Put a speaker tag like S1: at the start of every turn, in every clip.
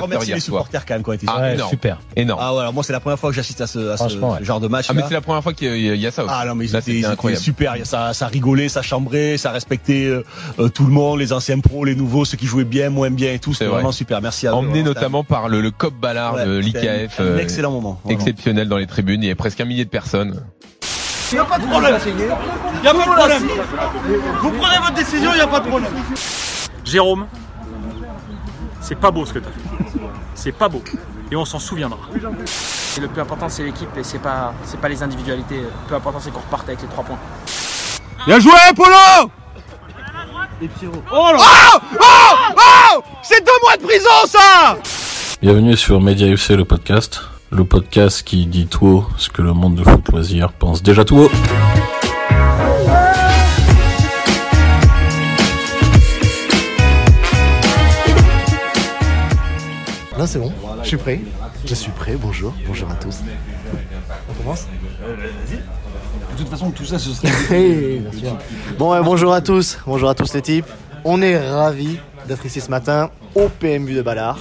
S1: remercie
S2: hier
S1: les
S2: soir.
S1: supporters quand même qui ont été
S2: Ah,
S1: sur-
S3: Ouais,
S2: énorme.
S3: super.
S2: Énorme.
S1: Ah ouais, alors moi c'est la première fois que j'assiste à ce, à ce
S3: Franchement, ouais.
S1: genre de match.
S2: Ah, mais c'est la première fois qu'il y a- il y a ça aussi.
S1: Ah non mais ils
S2: Là,
S1: étaient,
S2: c'était
S1: ils étaient
S2: incroyable.
S1: super, Il y a- ça, ça rigolait, ça chambrait, ça respectait euh, euh, tout le monde, les anciens pros, les nouveaux, ceux qui jouaient bien, moins bien et tout, c'était
S2: vrai.
S1: vraiment super. Merci à
S2: Emmené
S1: eux.
S2: notamment par le, le COP Ballard
S1: hein, Ouais,
S2: de
S1: c'était un-
S2: l'IKF.
S1: un
S2: euh,
S1: excellent moment. vraiment.
S2: Exceptionnel dans les tribunes. Il y avait presque un millier de personnes.
S4: Il n'y a pas de problème. Il n'y a pas de problème. Vous prenez votre décision, il n'y a pas de problème.
S5: Jérôme, c'est pas beau ce que t'as fait. C'est pas beau. Et on s'en souviendra. Et le plus important c'est l'équipe et c'est pas, c'est pas les individualités. Le plus important c'est qu'on reparte avec les trois points.
S6: Bien joué, Polo Oh là Oh Oh Oh C'est deux mois de prison, ça
S7: Bienvenue sur Media FC, le podcast. Le podcast qui dit tout haut ce que le monde de foot loisir pense déjà tout haut.
S8: Là c'est bon, je suis prêt. Je suis prêt, bonjour, bonjour à tous. Euh, On commence De toute façon tout ça ce serait. bon ouais, bonjour à tous, bonjour à tous les types. On est ravis d'être ici ce matin au PMU de Ballard.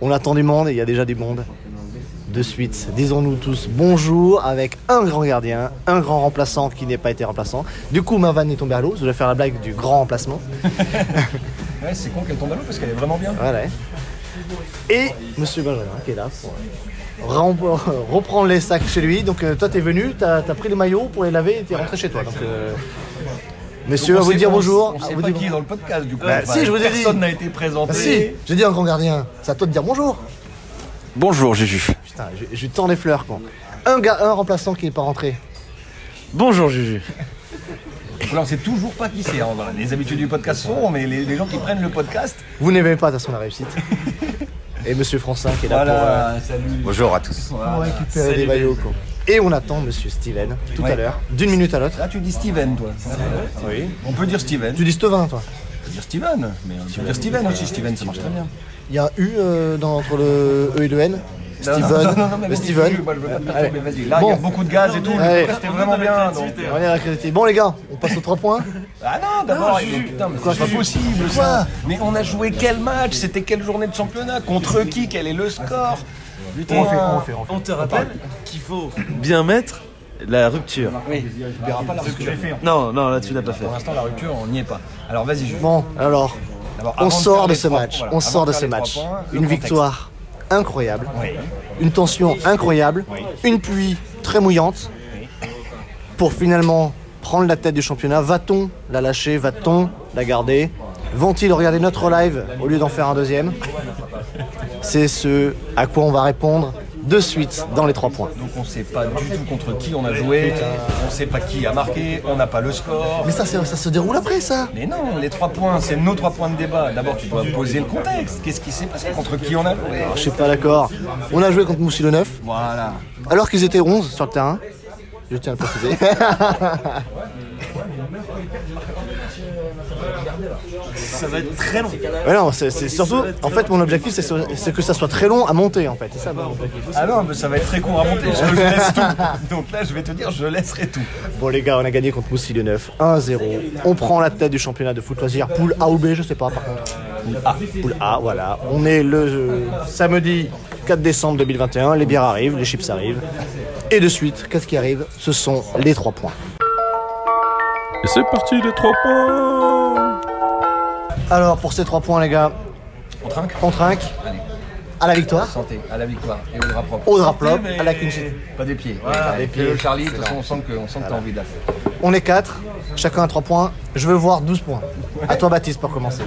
S8: On attend du monde et il y a déjà du monde. De suite, disons-nous tous bonjour avec un grand gardien, un grand remplaçant qui n'a pas été remplaçant. Du coup, ma vanne est tombée à l'eau, je voulais faire la blague du grand remplacement.
S9: Ouais, c'est con qu'elle tombe à l'eau parce qu'elle est vraiment bien.
S8: Voilà. hein. Et Monsieur Benjamin qui est là pour euh, rem- reprendre les sacs chez lui. Donc euh, toi t'es venu, t'as as pris les maillots pour les laver et t'es rentré chez toi. Donc, euh, Monsieur,
S9: On
S8: à vous
S9: sait
S8: dire
S9: pas-
S8: bonjour.
S9: On
S8: à
S9: sait
S8: vous
S9: pas
S8: dire-
S9: qui est dans le podcast du coup.
S8: Bah, si, je vous ai dit.
S9: Personne n'a été
S8: Ah,
S9: présenté.
S8: si, j'ai dit un grand gardien. C'est à toi de dire bonjour.
S6: Bonjour, Juju.
S8: Putain, je, je lui tends les fleurs quoi. Un, gars, un remplaçant qui n'est pas rentré.
S6: Bonjour, Juju.
S9: Alors c'est toujours pas qui c'est. hein, voilà. Les habitudes du podcast sont, mais les, les gens qui prennent le podcast.
S8: Vous n'aimez pas de toute façon la réussite. Et Monsieur Francin qui est là euh,
S9: Voilà, salut. Ben.
S6: Bonjour à tous.
S8: pour, euh, pour récupérer les maillots quoi. Et on attend Monsieur Steven tout à
S9: Ouais.
S8: l'heure, d'une minute à l'autre.
S9: Là tu dis Steven toi. Oui. On peut dire Steven.
S8: Tu dis Steven toi.
S9: Tu peux dire Steven. Mais on peut dire Steven aussi. Steven ça marche très bien.
S8: Il y a un U euh, dans, entre le E et le N. Steven.
S9: mais
S8: le
S9: bon,
S8: Steven.
S9: Moi je veux pas te
S8: Allez.
S9: perturber, vas-y. Là il y
S8: Bon.
S9: a beaucoup de gaz et tout.
S8: Allez.
S9: Le podcast est vraiment bien. donc, euh,
S8: On est à la crédité. Bon les gars, on passe aux 3 points.
S9: Ah non, d'abord, mais putain, mais c'est pas possible ça. Mais on a joué quel match C'était quelle journée de championnat Contre qui Quel est le score Putain. On fait, on fait, on fait.
S4: On te rappelle qu'il faut.
S6: Bien mettre la rupture.
S9: Tu verras pas la rupture.
S6: Non, non, là, tu l'as pas fait.
S9: Pour l'instant, la rupture, on n'y est pas. Alors vas-y, Jules.
S8: Bon, alors,
S9: D'abord, avant
S8: on
S9: faire
S8: sort de
S9: les
S8: ce
S9: trois-
S8: match.
S9: voilà,
S8: On
S9: avant
S8: sort de
S9: faire
S8: ce
S9: les trois
S8: match.
S9: points, le
S8: Une
S9: contexte.
S8: victoire incroyable.
S9: Oui.
S8: Une tension incroyable. Une pluie très mouillante. Pour finalement prendre la tête du championnat, va-t-on la lâcher Va-t-on la garder Vont-ils regarder notre live au lieu d'en faire un deuxième C'est ce à quoi on va répondre de suite dans les trois points.
S9: Donc on sait pas du tout contre qui on a joué, on sait pas qui a marqué, on n'a pas le score.
S8: Mais ça, c'est- ça se déroule après ça
S9: Mais non, les trois points, c'est nos trois points de débat. D'abord, tu dois poser le contexte. Qu'est-ce qui s'est passé Contre qui on a joué
S8: Je suis pas d'accord. On a joué contre Moussi le 9,
S9: Voilà.
S8: alors qu'ils étaient 11 sur le terrain. Je tiens à le préciser.
S4: Ça va être très long.
S8: Mais non, c'est c'est surtout. En fait, mon objectif, c'est so- c'est que ça soit très long à monter, en fait. C'est ça, mon objectif.
S9: Ah non, mais ça va être très con à monter. Je laisse tout. Donc là, je vais te dire, je laisserai tout.
S8: Bon, les gars, on a gagné contre Moussi le 9, 1-0. On prend la tête du championnat de foot loisir, poule A ou B, je sais pas, par contre. Poule A. Poule A, voilà. On est le euh, samedi 4 décembre 2021. Les bières arrivent, les chips arrivent. Et de suite, qu'est-ce qui arrive Ce sont les trois points.
S7: Et c'est parti les trois points
S8: Alors, pour ces trois points, les gars,
S9: On trinque
S8: on trinque à la victoire.
S9: Santé, à la victoire et au drap propre.
S8: Au drap propre,
S9: Mais
S8: à la clinchette.
S9: Pas des pieds.
S8: pas des
S9: des
S8: pieds.
S9: pieds. Charlie, de toute façon, on sent que, on sent que t'as envie de la faire.
S8: On est 4, chacun a 3 points. Je veux voir 12 points. À toi, Baptiste, pour commencer.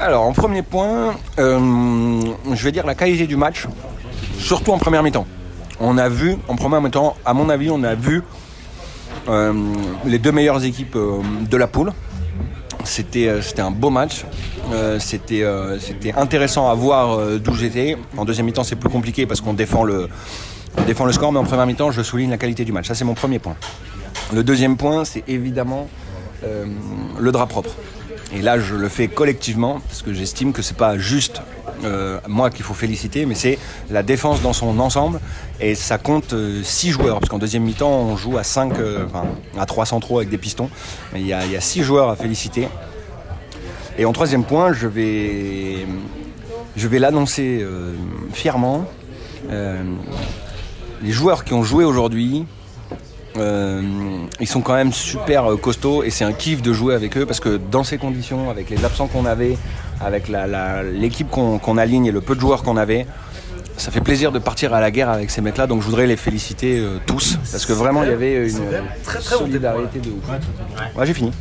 S9: Alors, en premier point, euh, je vais dire la qualité du match, surtout en première mi-temps. On a vu, en première mi-temps, à mon avis, on a vu euh, les deux meilleures équipes euh, de la poule. C'était euh, c'était un beau match. Euh, c'était euh, c'était intéressant à voir euh, d'où j'étais. En deuxième mi-temps, c'est plus compliqué parce qu'on défend le on défend le score, mais en première mi-temps, je souligne la qualité du match. Ça, c'est mon premier point. Le deuxième point, c'est évidemment euh, le drap propre. Et là, je le fais collectivement parce que j'estime que c'est pas juste euh, moi qu'il faut féliciter, mais c'est la défense dans son ensemble. Et ça compte 6 joueurs parce qu'en deuxième mi-temps, on joue à 5, enfin, à 300 trop avec des pistons. Mais il y a 6 joueurs à féliciter. Et en troisième point, je vais Je vais l'annoncer euh, fièrement. Euh, les joueurs qui ont joué aujourd'hui, euh, ils sont quand même super euh, costauds et c'est un kiff de jouer avec eux parce que dans ces conditions, avec les absents qu'on avait, avec la- la- l'équipe qu'on qu'on aligne et le peu de joueurs qu'on avait, ça fait plaisir de partir à la guerre avec ces mecs-là. Donc je voudrais les féliciter euh, tous parce que vraiment il y avait une très, très solidarité de ouf. Ouais, j'ai fini.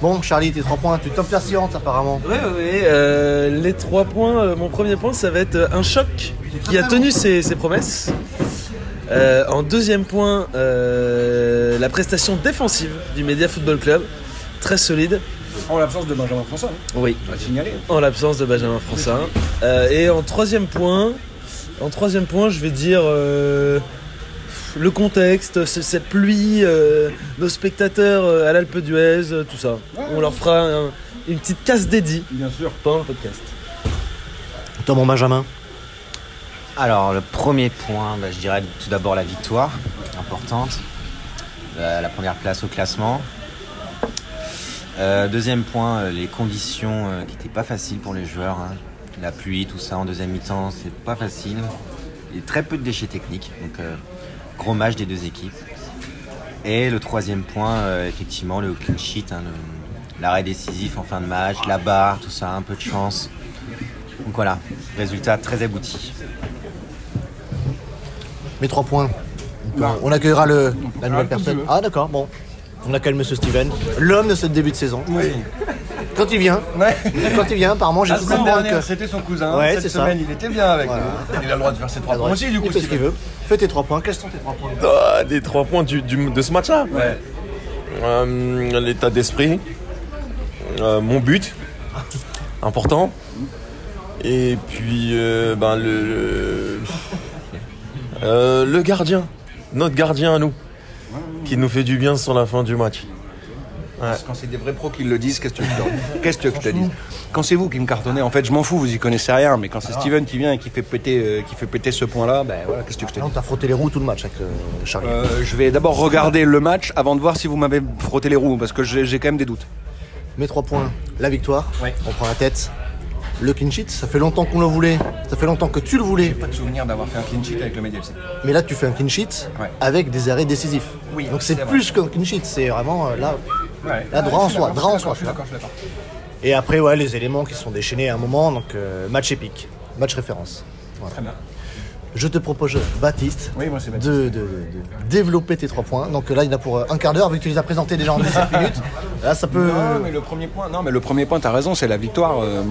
S8: Bon, Charlie, tes 3 points, tu t'impersientes apparemment.
S6: Ouais, ouais, ouais, euh, les trois points, euh, mon premier point, ça va être euh, un choc qui a tenu ses, ses promesses. Euh, en deuxième point, euh, la prestation défensive du Media Football Club, très solide,
S9: En l'absence de Benjamin François,
S6: oui,
S9: on va signaler.
S6: en l'absence de Benjamin François. Euh, et en troisième point, en troisième point, je vais dire euh, le contexte, c- cette pluie, euh, nos spectateurs euh, à l'Alpe d'Huez, euh, tout ça. On leur fera un- une petite casse dédiée
S9: Bien sûr.
S6: pendant le podcast.
S8: Toi, mon Benjamin.
S10: Alors, le premier point, bah, je dirais tout d'abord la victoire, importante. Euh, la première place au classement. Euh, deuxième point, euh, les conditions euh, qui n'étaient pas faciles pour les joueurs. hein. La pluie, tout ça en deuxième mi-temps, c'est pas facile. Et très peu de déchets techniques. Donc, euh, gros match des deux équipes. Et le troisième point, euh, effectivement, le clean sheet, hein, le- l'arrêt décisif en fin de match, la barre, tout ça, un peu de chance. Donc voilà, résultat très abouti.
S8: Mes 3 points. On accueillera le, la nouvelle personne. Ah, d'accord, bon. On accueille monsieur Steven, l'homme de ce début de saison.
S9: Oui.
S8: Quand il vient,
S9: Ouais.
S8: quand il vient, apparemment, j'ai
S9: La
S8: tout
S9: semaine
S8: compris
S9: dernière,
S8: que.
S9: c'était son cousin.
S8: Ouais, c'est
S9: Cette
S8: ça.
S9: semaine, il était bien avec
S8: Voilà.
S9: nous. Il a le droit de faire ses trois points aussi, du coup.
S8: il fait ce
S9: s'il
S8: qu'il
S9: veut.
S8: veut. Fais tes 3 points. Quels sont tes 3 points
S9: Euh.
S7: Ah, des trois points du- du- de ce match-là.
S9: Ouais.
S7: Euh, L'état d'esprit, euh, mon but, important. Et puis, euh, ben, le, euh, le gardien, notre gardien à nous, qui nous fait du bien sur la fin du match.
S9: Parce que Quand c'est des vrais pros qui le disent, qu'est-ce que tu veux que je- Qu'est-ce que tu veux que je te dise Quand c'est vous qui me cartonnez, en fait, je m'en fous, vous y connaissez rien. Mais quand c'est Steven qui vient et qui fait péter, euh, qui fait péter ce point-là, ben voilà, qu'est-ce que tu veux que je te
S8: Non,
S9: dise
S8: t'as frotté les roues tout le match avec euh, Charlie.
S9: Euh, Je vais d'abord regarder le match avant de voir si vous m'avez frotté les roues, parce que j'ai j'ai quand même des doutes.
S8: Mes 3 points, la victoire. On prend la tête. Le clean sheet, ça fait longtemps qu'on le voulait. Ça fait longtemps que tu le voulais.
S9: Pas de souvenir d'avoir fait un clean sheet avec le Media
S8: Mais là, tu fais un clean sheet
S9: Ouais.
S8: avec des arrêts décisifs.
S9: Oui,
S8: Donc c'est
S9: c'est vrai. Ah,
S8: plus qu'un clean sheet, c'est vraiment euh, là. Là, droit en soi, droit en soi. tu vois. Et après, ouais, les éléments qui se sont déchaînés à un moment, donc euh, match épique, match référence. Voilà.
S9: bien.
S8: Je te propose, Baptiste,
S9: Oui, moi, c'est Baptiste.
S8: de, de- de développer tes trois points. Donc euh, là, il y en a pour euh, un quart d'heure, vu que tu les as présentés déjà en 17 minutes. Là, ça peut. euh,
S9: Non, mais le premier point, non, mais le premier point, t'as raison, c'est la victoire. euh,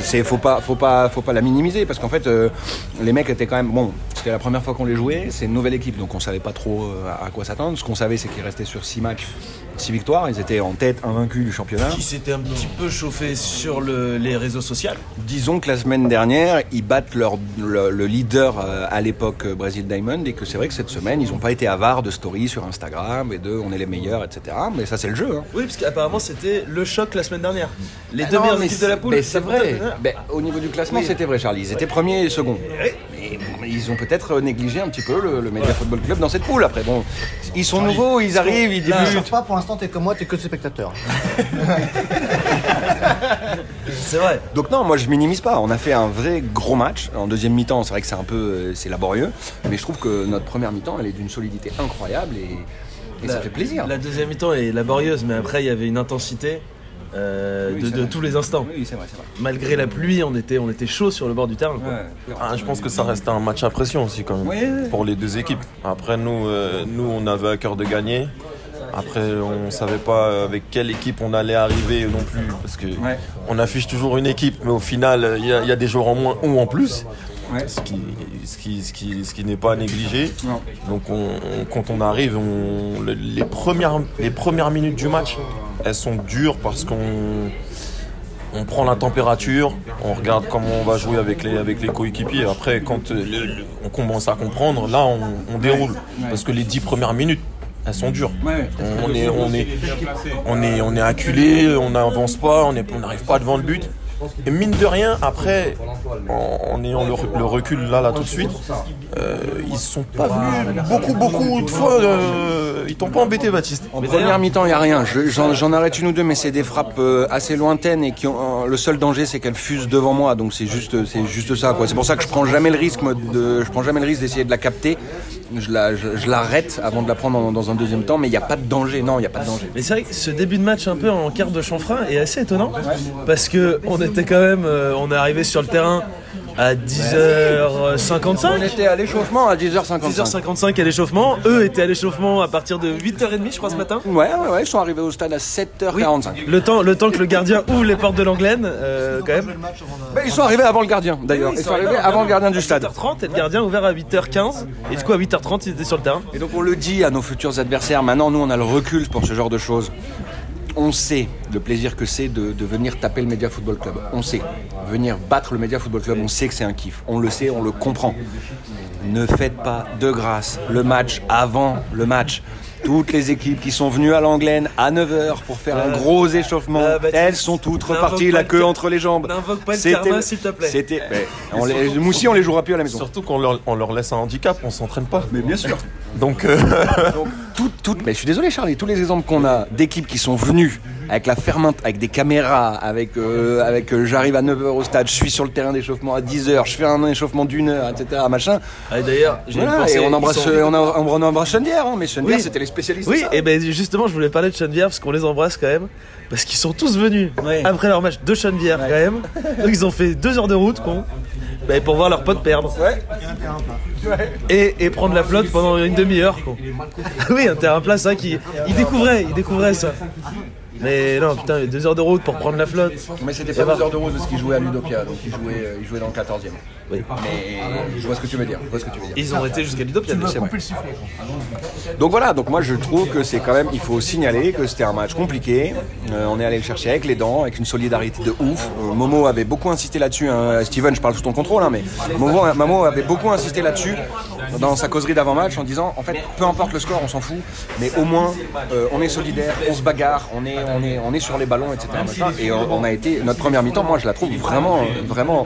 S9: c'est, faut pas, faut pas, faut pas la minimiser parce qu'en fait, euh, les mecs étaient quand même bon. C'était la première fois qu'on les jouait. C'est une nouvelle équipe, donc on savait pas trop euh, à quoi s'attendre. Ce qu'on savait, c'est qu'ils restaient sur 6 matchs, 6 victoires. Ils étaient en tête, invaincus du championnat.
S11: Qui s'était un petit peu chauffé sur le- les réseaux sociaux.
S9: Disons que la semaine dernière, ils battent leur, le, le leader euh, à l'époque euh, Brazil Diamond et que c'est vrai que cette semaine, ils n'ont pas été avares de stories sur Instagram et de on est les meilleurs, etc. Mais ça, c'est le jeu. hein.
S6: Oui, parce qu'apparemment c'était le choc la semaine dernière. Les
S9: Ah
S6: deux
S9: non,
S6: meilleures
S9: mais
S6: équipes de la
S9: c'est-
S6: poule.
S9: mais c'est
S6: ça
S9: vrai.
S6: comptait.
S9: Ben, au niveau du classement, c'était vrai, Charlie. Ils étaient premiers et seconds. Mais bon, ils ont peut-être euh, négligé un petit peu le, le Media Football Club dans cette poule. Après, bon, ils sont nouveaux, ils arrivent, ils
S8: Là, je
S9: débutent.
S8: sais pas, pour l'instant, t'es comme moi, t'es que spectateur.
S6: C'est vrai.
S9: Donc non, moi je minimise pas. On a fait un vrai gros match en deuxième mi-temps. C'est vrai que c'est un peu, euh, c'est laborieux, mais je trouve que notre première mi-temps, elle est d'une solidité incroyable et, et ça
S6: La-
S9: fait plaisir.
S6: Bah, La deuxième mi-temps est laborieuse, mais après il y avait une intensité euh,
S9: Oui,
S6: de,
S9: c'est
S6: de
S9: vrai.
S6: tous les instants.
S9: Oui, c'est vrai, c'est vrai.
S6: Malgré la pluie, on était, on était chaud sur le bord du terrain. quoi.
S9: Ouais.
S10: Hein,
S7: Ah, je pense que ça reste un match à pression aussi quand même
S9: Ouais.
S7: pour les deux équipes. Après nous, euh, nous on avait à cœur de gagner. Après on savait pas avec quelle équipe on allait arriver non plus parce que
S9: Ouais.
S7: on affiche toujours une équipe, mais au
S10: euh,
S7: final il y, a- il y a des joueurs en moins ou en plus,
S9: Ouais.
S7: ce qui, ce qui, ce qui, ce qui n'est pas négligé.
S9: Non.
S7: Donc on- on- quand on arrive, on, le- les, premières, les premières minutes du match, elles sont dures parce qu'on on prend la température, on regarde comment on va jouer avec les, avec les coéquipiers. Après, quand euh, le- le- on commence à comprendre, là on, on déroule. Parce que les dix premières minutes, elles sont dures.
S9: Ouais.
S7: On, on est, on, est, on, est, on est acculé, on n'avance pas, on est- on n'arrive pas devant le but. Et mine de rien, après, en, en ayant le, re- le recul là, là tout de suite, euh, ils sont pas venus beaucoup, beaucoup de fois euh,
S10: euh, ils t'ont pas embêté, Baptiste.
S9: En première mi-temps, il n'y a rien. Je- J'en j'en arrête une ou deux, mais c'est des frappes euh, assez lointaines et qui ont, euh, le seul danger, c'est qu'elles fusent devant moi. Donc c'est juste, c'est juste ça. quoi. C'est pour ça que je prends jamais le risque de, je prends jamais le risque d'essayer de la capter. Je la, je, je l'arrête avant de la prendre dans, dans un deuxième temps, mais il n'y a pas de danger. Non, il n'y a pas de danger.
S6: Mais c'est vrai que ce début de match un peu en quart de chanfrein est assez étonnant parce que on était quand même, euh, on est arrivé sur le terrain à 10h55.
S9: On était à l'échauffement à 10h55.
S6: 10h55 à l'échauffement, eux étaient à l'échauffement à partir de 8h30 je crois ce matin.
S9: Ouais, ouais, ouais, ils sont arrivés au stade à 7h45.
S6: Le temps, le temps que le gardien ouvre les portes de l'Anglaine, euh, quand même.
S9: Mais ils sont arrivés avant le gardien, d'ailleurs. Ils sont arrivés avant le gardien du stade.
S6: 8h30 et le gardien ouvert à 8h15. Et du coup à 8h30 ils étaient sur le terrain.
S9: Et donc on le dit à nos futurs adversaires, maintenant nous on a le recul pour ce genre de choses. On sait le plaisir que c'est de, de venir taper le Media Football Club. On sait. Venir battre le Media Football Club, on sait que c'est un kiff. On le sait, on le comprend. Ne faites pas de grâce le match avant le match. Toutes les équipes qui sont venues à l'Anglaine à 9h pour faire un gros échauffement,
S6: Ah, Baptiste,
S9: elles sont toutes
S6: n'invoque
S9: reparties
S6: pas
S9: la
S6: le
S9: queue
S6: car-
S9: entre les jambes.
S6: n'invoque pas le
S9: C'était-
S6: karma, s'il te plaît.
S9: C'était. mais on les, Moussi, on les jouera plus à la maison.
S10: Surtout qu'on leur, on leur laisse un handicap, on s'entraîne pas.
S9: Mais bien sûr.
S10: Donc, euh,
S9: Donc, tout- tout- mais je suis désolé, Charlie, tous les exemples qu'on a d'équipes qui sont venues avec la fermente, avec des caméras, avec, euh, avec euh, j'arrive à 9h au stade, je suis sur le terrain d'échauffement à 10h, je fais un échauffement d'une heure, etc., machin.
S6: Ah, et d'ailleurs, j'ai
S9: Voilà,
S6: une pensée,
S9: et on
S6: ils
S9: embrasse,
S6: sont-
S9: on, a- on embrasse Chenvière, hein, mais Chenvière,
S6: Oui.
S9: c'était les spécialistes. de
S6: Oui,
S9: ça.
S6: et ben justement, je voulais parler de Chenevière parce qu'on les embrasse quand même. Parce qu'ils sont tous venus
S9: Ouais.
S6: après leur match de Chenevière quand même. Donc ils ont fait deux heures de route con, ben, pour voir leur pote perdre. Et, et prendre la flotte pendant une demi-heure. con. oui, un terrain plat, c'est vrai qu'ils ils découvraient, ils découvraient ça. Mais non, putain, mais deux heures de route pour prendre la flotte.
S9: Mais c'était pas 2 heures de rose parce qu'ils jouaient à Ludopia, donc ils jouaient, euh, ils jouaient dans le 14 e
S6: Oui.
S9: Mais euh, je vois ce que tu veux dire, je vois ce que tu veux dire.
S6: Ils ont été jusqu'à l'Idopia.
S9: C'est vrai. Donc voilà, donc moi je trouve que c'est quand même, il faut signaler que c'était un match compliqué. Euh, on est allé le chercher avec les dents, avec une solidarité de ouf. Euh, Momo avait beaucoup insisté là-dessus. hein. Steven, je parle sous ton contrôle, hein, mais Momo, Momo avait beaucoup insisté là-dessus dans sa causerie d'avant-match en disant en fait, peu importe le score, on s'en fout, mais au moins euh, on est solidaire, on se bagarre, on est, on est, on est sur les ballons, etc. machin. Et on, on a été notre première mi-temps. Moi, je la trouve vraiment, euh, vraiment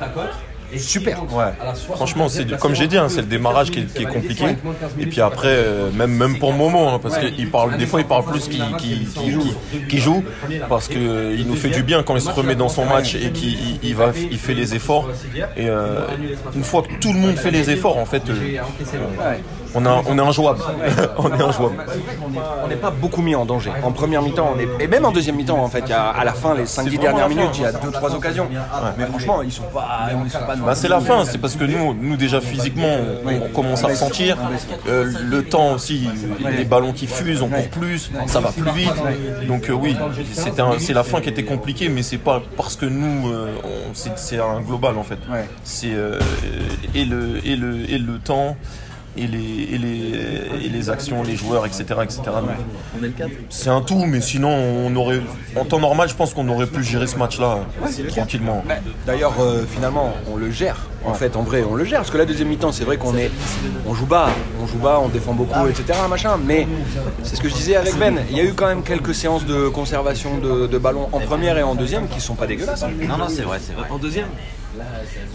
S9: super.
S10: franchement, c'est du- comme j'ai dit, hein, c'est le démarrage qui est, qui est compliqué. Et puis après, euh, même, même pour Momo, hein, parce que il parle, des fois, il parle plus qu'il qu'il- qu'il- qu'il- qu'il joue, parce que euh, il nous fait du bien quand il se remet dans son match et qu'il il- il va, il fait les efforts. Et euh, une fois que tout le monde fait les efforts, en fait, euh, on, a, on est injouable. on est injouable.
S9: On n'est pas beaucoup mis en danger. En première mi-temps, on est... et même en deuxième mi-temps, en fait, il y a, à la fin, les 5-10 dernières minutes, il y a 2-3 occasions. Mais franchement, ils sont pas. ils sont pas-
S10: Bah, c'est la fin, c'est parce que nous, nous déjà physiquement, on, on commence à ressentir. Euh, le temps aussi, les ballons qui fusent, on court plus, ça va plus vite. Donc euh, oui, c'était un- c'est la fin qui était compliquée, mais c'est pas parce que nous, euh, on- c'est c'est un global en fait.
S9: Ouais.
S10: C'est euh, et, le, et, le, et le temps. Et les, et, les, et les actions, les joueurs, etc. etc. Donc, C'est un tout, mais sinon, on aurait, en temps normal, je pense qu'on aurait pu gérer ce match-là euh, tranquillement.
S9: Ouais. D'ailleurs, euh, finalement, on le gère. En fait, en vrai, on le gère. Parce que la deuxième mi-temps, c'est vrai qu'on est, on joue bas, on joue bas, on défend beaucoup, etc. Machin. Mais c'est ce que je disais avec Ben. Il y a eu quand même quelques séances de conservation de, de ballons en première et en deuxième qui sont pas dégueulasses. hein.
S3: Non, non, c'est vrai, c'est vrai.
S6: En deuxième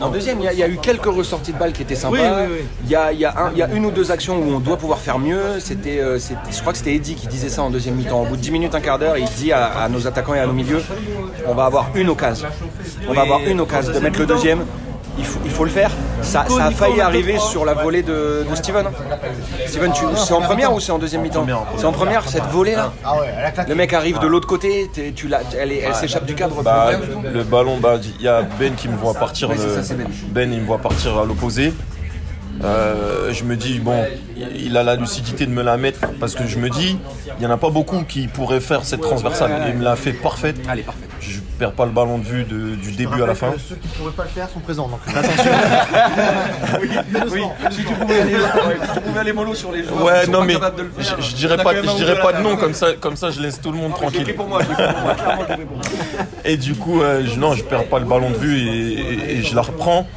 S9: En deuxième, il y a- il y, a eu quelques ressorties de balles qui étaient sympas.
S6: Oui, oui, oui.
S9: Il y a, il y a un- il y a une ou deux actions où on doit pouvoir faire mieux. C'était, euh, c'était- je crois que c'était Eddy qui disait ça en deuxième mi-temps. Au bout de 10 minutes, un quart d'heure, il dit à, à nos attaquants et à nos milieux on va avoir une occasion. On va avoir une occasion de mettre le deuxième. Il faut, il faut le faire. Ça, ça a failli arriver sur la volée de, de Steven. Steven, tu- c'est en première ou c'est en deuxième mi-temps C'est en première, cette volée-là. Le mec arrive de l'autre côté, t'es- tu l'as- elle, est- elle s'échappe du cadre.
S10: Bah, le ballon, bah, il y a Ben qui me voit partir.
S9: Ouais, c'est
S10: le-
S9: ça, c'est Ben.
S10: Ben, il me voit partir à l'opposé. Euh, je me dis, bon, il a la lucidité de me la mettre parce que je me dis, il n'y en a pas beaucoup qui pourraient faire cette transversale. Il me l'a fait parfaite.
S9: Allez, parfait.
S10: Je perds pas le ballon de vue de- du début à la fin.
S8: Ceux qui ne pourraient pas le faire sont présents. Donc.
S9: Oui, si tu pouvais aller, si tu pouvais aller mollo sur les joueurs.
S10: Ouais,
S9: qui sont
S10: non
S9: pas
S10: mais
S9: capables de le
S10: je,
S9: faire.
S10: je dirais
S9: On a
S10: pas,
S9: quand même
S10: je dirais
S9: arrangé
S10: pas
S9: la
S10: de nom
S9: table.
S10: comme ça, comme ça je laisse tout le monde
S9: Je l'ai pris
S10: tranquille.
S9: pour moi, je l'ai pris pour moi, clairement, je l'ai pris pour moi.
S10: Et du coup, euh, je, non, je perds pas le ballon de vue et, et- et je la reprends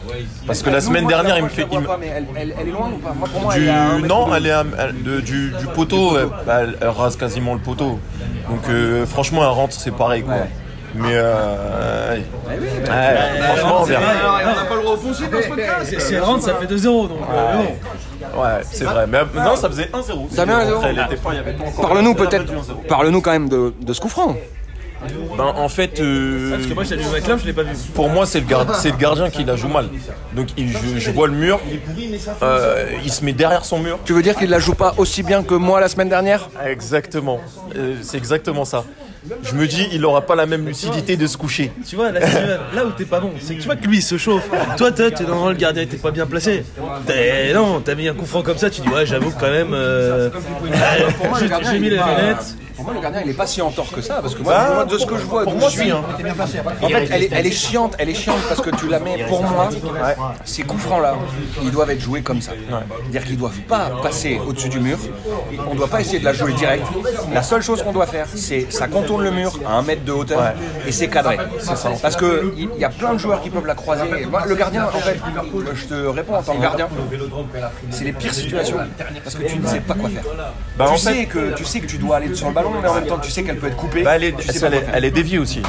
S10: parce que la semaine
S9: Nous, moi, je la
S10: dernière, il me
S9: vois, je
S10: fait,
S9: la
S10: il
S9: vois
S10: me-
S9: pas, mais elle, elle- elle est loin ou pas Moi, pour moi,
S10: Du,
S9: elle est à un mètre
S10: non,
S9: de-
S10: elle est à- elle- de- du, du poteau, elle, bah, elle- elle rase quasiment le poteau. Donc euh, franchement, elle rentre, c'est pareil quoi. Mais euh, ouais, franchement, on verra.
S9: Alors, on n'a pas le droit au foncier dans ce podcast.
S6: Si elle rentre, ça fait 2-0. Donc, euh, bon.
S10: Ouais, c'est vrai. Mais non, ça faisait 1-0.
S9: Ça vient à zéro.
S10: Après, il était pas- il y avait pas encore-
S9: Parle-nous
S10: c'était la
S9: peut-être,
S10: fin du 1-0.
S9: parle-nous quand même de, de ce hein. coup franc.
S10: Ben, en fait, euh,
S6: Parce que moi, j'ai vu le club, je l'ai pas vu.
S10: pour moi, c'est le, gard- c'est le gardien qui la joue mal. Donc, il- je, je vois le mur, euh, il se met derrière son mur.
S9: Tu veux dire qu'il la joue pas aussi bien que moi la semaine dernière
S10: Exactement, Euh, c'est exactement ça. Je me dis, il n'aura pas la même lucidité de se coucher.
S6: Tu vois, là, c'est- là où t'es pas bon, c'est que tu vois que lui il se chauffe. Toi, t'es t'es dans le gardien, t'es pas bien placé. T'es- non, t'as mis un coup franc comme ça, tu dis ouais, j'avoue que quand même. euh, j'ai- j'ai mis la lunette.
S9: Pour moi, le gardien, il est pas si en tort que ça, parce que
S10: Bah,
S9: moi, de ce que je vois,
S10: Pour
S9: d'où
S10: moi,
S9: je
S10: si.
S9: suis,
S10: hein.
S9: En fait, elle est, elle est chiante, elle est chiante parce que tu la mets pour moi. Ces coups francs là, ils doivent être joués comme ça. C'est-à-dire qu'ils doivent pas passer au-dessus du mur. On doit pas essayer de la jouer direct. La seule chose qu'on doit faire, c'est ça contourne le mur à un mètre de hauteur et c'est cadré. Parce que il il y a plein de joueurs qui peuvent la croiser. Et moi, le gardien, en fait, je te réponds en tant que gardien, c'est les pires situations parce que tu ne sais pas quoi faire.
S10: Bah, en
S9: tu,
S10: fait-
S9: sais que, tu sais que tu dois aller sur le ballon, mais en même temps, tu sais qu'elle peut être coupée.
S10: Bah, elle, est, tu
S9: Tu sais
S10: sais,
S9: pas
S10: elle, est,
S9: quoi faire.
S10: elle est déviée aussi.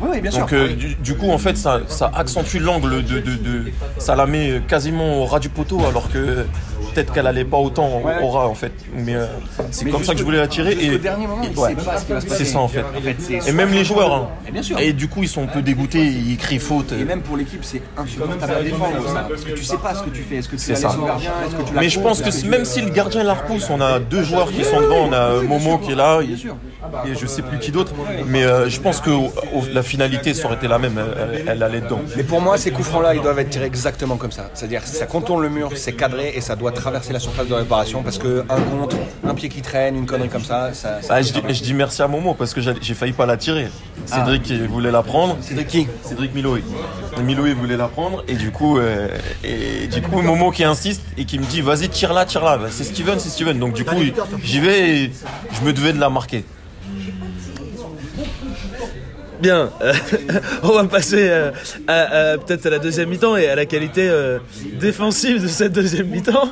S9: Oui, oui, bien sûr.
S10: Donc, euh, du, du coup, en fait, ça, ça accentue l'angle de, de- de- Ça la met quasiment au ras du poteau, alors que peut-être qu'elle allait pas autant au- au ras, en fait. Mais euh, c'est comme ça que je voulais la tirer. Et,
S9: Jusqu'au dernier moment,
S10: et-
S9: il
S10: ouais.
S9: sait pas ce qui va se passer.
S10: C'est ça, en fait.
S9: c'est-
S10: Et même les joueurs. hein.
S9: Et bien sûr.
S10: Et du coup, ils sont un peu dégoûtés, ils crient faute.
S9: Et même pour l'équipe, c'est insupportable à défendre ça. Parce que tu sais pas ce que tu fais. Est-ce que tu la
S10: ça.
S9: laisses au gardien Est-ce que tu la
S10: Mais je
S9: coupes
S10: pense que c'est- même si le gardien la repousse, on a deux joueurs qui sont devant, on a euh, Momo qui est là, et, et je sais plus qui d'autre. Mais euh, je pense que au- au- la finalité, ça aurait été la même, elle, elle- elle allait dedans.
S9: Mais pour moi, ces coups francs-là, ils doivent être tirés exactement comme ça. C'est-à-dire, ça contourne le mur, c'est cadré et ça doit traverser la surface de réparation parce que un contre, un pied qui traîne, une connerie comme ça, ça. ça-
S10: Ah, je, dis, je dis merci à Momo parce que j'allais- j'ai failli pas la tirer. Cédric il voulait la prendre.
S9: De Ah. qui
S10: Cédric Miloé. Miloé voulait la prendre et du coup, euh, et du coup Momo qui insiste et qui me dit vas-y tire là, tire là. Bah, C'est Steven, c'est Steven. Donc du coup j'y vais et je me devais de la marquer.
S6: Bien, euh, on va passer euh, à- à- peut-être à la deuxième mi-temps et à la qualité euh, défensive de cette deuxième mi-temps.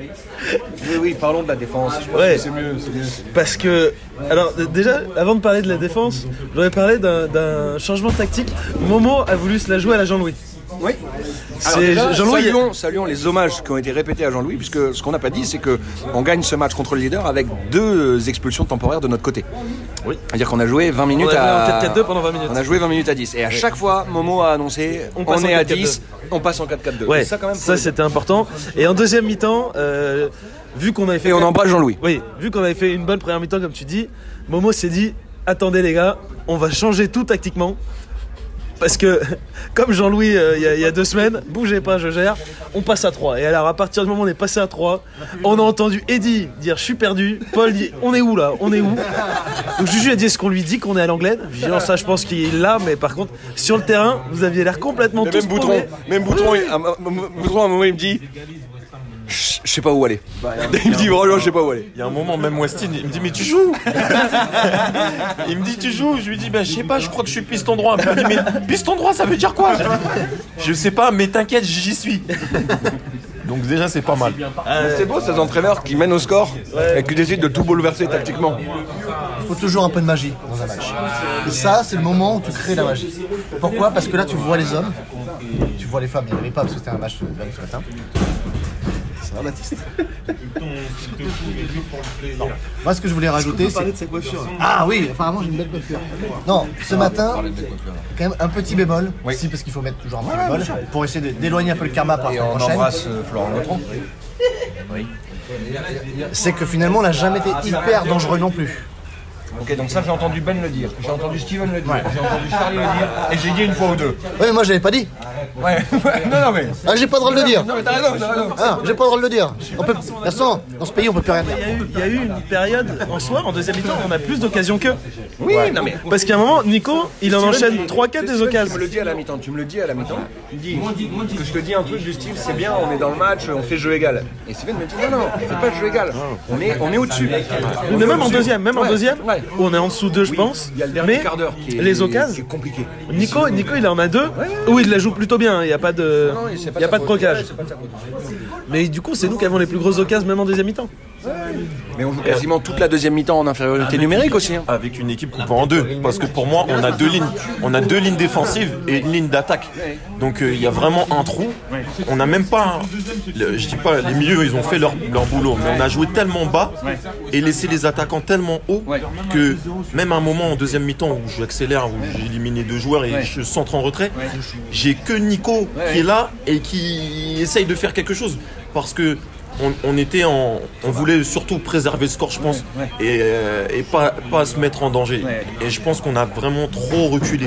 S9: Oui, oui, parlons de la défense. Je pense
S6: Ouais.
S9: que c'est mieux, c'est mieux, c'est mieux.
S6: Parce que, alors d- déjà, avant de parler de la défense, j'aurais parlé d'un- d'un changement tactique. Momo a voulu se la jouer à la Jean-Louis.
S9: Oui. Alors
S6: C'est-
S9: déjà,
S6: Jean-Louis-
S9: saluons, saluons les hommages qui ont été répétés à Jean-Louis, puisque ce qu'on n'a pas dit, c'est que on gagne ce match contre le leader avec deux expulsions temporaires de notre côté. Oui. C'est-à-dire qu'on a joué 20 minutes
S6: joué
S9: à.
S6: en 4-4-2 pendant 20 minutes.
S9: On a joué 20 minutes à 10. Et à chaque fois, Momo a annoncé on,
S6: On passe en
S9: est à
S6: 4-4-2.
S9: 10, on passe en 4-4-2.
S6: Ouais,
S9: Et ça, quand même, faut le dire.
S6: c'était important. Et en deuxième mi-temps, euh, vu qu'on avait fait.
S9: Et on embrasse Jean-Louis.
S6: Oui, vu qu'on avait fait une bonne première mi-temps, comme tu dis, Momo s'est dit attendez les gars, on va changer tout tactiquement. Parce que, comme Jean-Louis, euh, il y a- il y, a deux semaines, bougez pas, je gère, on passe à 3. Et alors, à partir du moment où on est passé à 3, on a entendu Eddie dire je suis perdu, Paul dit on est où là On est où Donc Juju a dit est-ce qu'on lui dit qu'on est à l'anglaise J'ai dit non, ça je pense qu'il est là, mais par contre, sur le terrain, vous aviez l'air complètement
S9: Et
S6: tous
S9: même Boutron,
S6: paumés.
S9: même Boutron, il- à un moment- Boutron, à un moment, il me dit Je je sais pas où aller.
S10: Bah,
S9: Il me dit Vraiment, je sais pas où aller.
S10: Il y a un moment, même Westin, il me dit, mais tu joues Il me dit, tu joues Je lui dis, ben je sais pas, je crois que je suis piston droit. Il me dit, mais piston droit, ça veut dire quoi Je sais pas, mais t'inquiète, j'y suis. Donc déjà, c'est pas mal.
S9: Ah, C'est beau ces entraîneurs qui mènent au score et qui décident de tout bouleverser tactiquement.
S8: Il faut toujours un peu de magie dans un match. Et ça, c'est le moment où tu crées la magie. Pourquoi Parce que là, tu vois les hommes, tu vois les femmes, il n'y en avait pas parce que c'était un match de lundi ce matin. Ça va, Baptiste Moi, ce que je voulais rajouter, c'est. Ah oui, apparemment, j'ai une belle coiffure. Non,
S9: Ah,
S8: ce matin, quand même un petit bémol, aussi, parce qu'il faut mettre toujours un petit bémol, pour essayer de- d'éloigner un peu le karma par la prochaine.
S9: euh, Florent Gautron.
S8: C'est que finalement, on n'a jamais été hyper dangereux non plus.
S9: Ok, donc ça j'ai entendu Ben le dire, j'ai entendu Steven le dire, j'ai entendu Charlie le dire, et j'ai dit une fois ou deux.
S8: Oui, mais moi, j'avais pas dit.
S9: Ouais, non, non, mais.
S8: Ah, j'ai pas le droit de le dire.
S9: Non, mais t'as raison, t'as raison.
S8: Ah, j'ai pas le droit de le dire. On peut... Vincent, dans ce pays, on peut plus rien dire.
S6: Il y, a eu, il y a eu une période en soi, en deuxième mi-temps, on a plus d'occasions qu'eux.
S9: Oui, non, mais.
S6: Parce qu'à un moment, Nico, il en enchaîne 3-4 des
S9: Tu
S6: occasions.
S9: me le dis à la mi-temps, tu me le dis à la mi-temps. Tu me dis que je te dis un truc du style, c'est bien, on est dans le match, on fait jeu égal. Et Steven me dit non, non, on fait pas de jeu égal. On est, on est au-dessus.
S6: Mais même en deuxième, même en
S9: Ouais,
S6: deuxième,
S9: ouais.
S6: où on est en dessous d'eux, je
S9: Oui,
S6: pense.
S9: Il y a le dernier
S6: Mais
S9: quart d'heure qui est,
S6: les occasions,
S9: qui est compliqué.
S6: Nico, Nico, il en a deux. Où il la joue plutôt bien. Il n'y a pas de,
S9: Non, et c'est
S6: il y a
S9: sa
S6: pas de
S9: faute.
S6: croquage.
S9: Ouais, c'est pas de sa faute.
S6: Mais du coup, c'est nous qui avons les plus grosses occasions, même en deuxième mi-temps.
S9: Mais on joue quasiment toute la deuxième mi-temps en infériorité numérique aussi. hein.
S7: Avec une équipe coupée en deux. Parce que pour moi, on a deux lignes. On a deux lignes défensives et une ligne d'attaque. Donc euh, il y a vraiment un trou. On n'a même pas. un- le- je dis pas, les milieux, ils ont fait leur, leur boulot. Mais on a joué tellement bas et laissé les attaquants tellement haut que même à un moment en deuxième mi-temps où j'accélère, où j'ai éliminé deux joueurs et je centre en retrait, j'ai que Nico qui est là et qui essaye de faire quelque chose. Parce que on, on était en, on voulait surtout préserver le score, je pense, et, euh, et pas, pas se mettre en danger. Et je pense qu'on a vraiment trop reculé.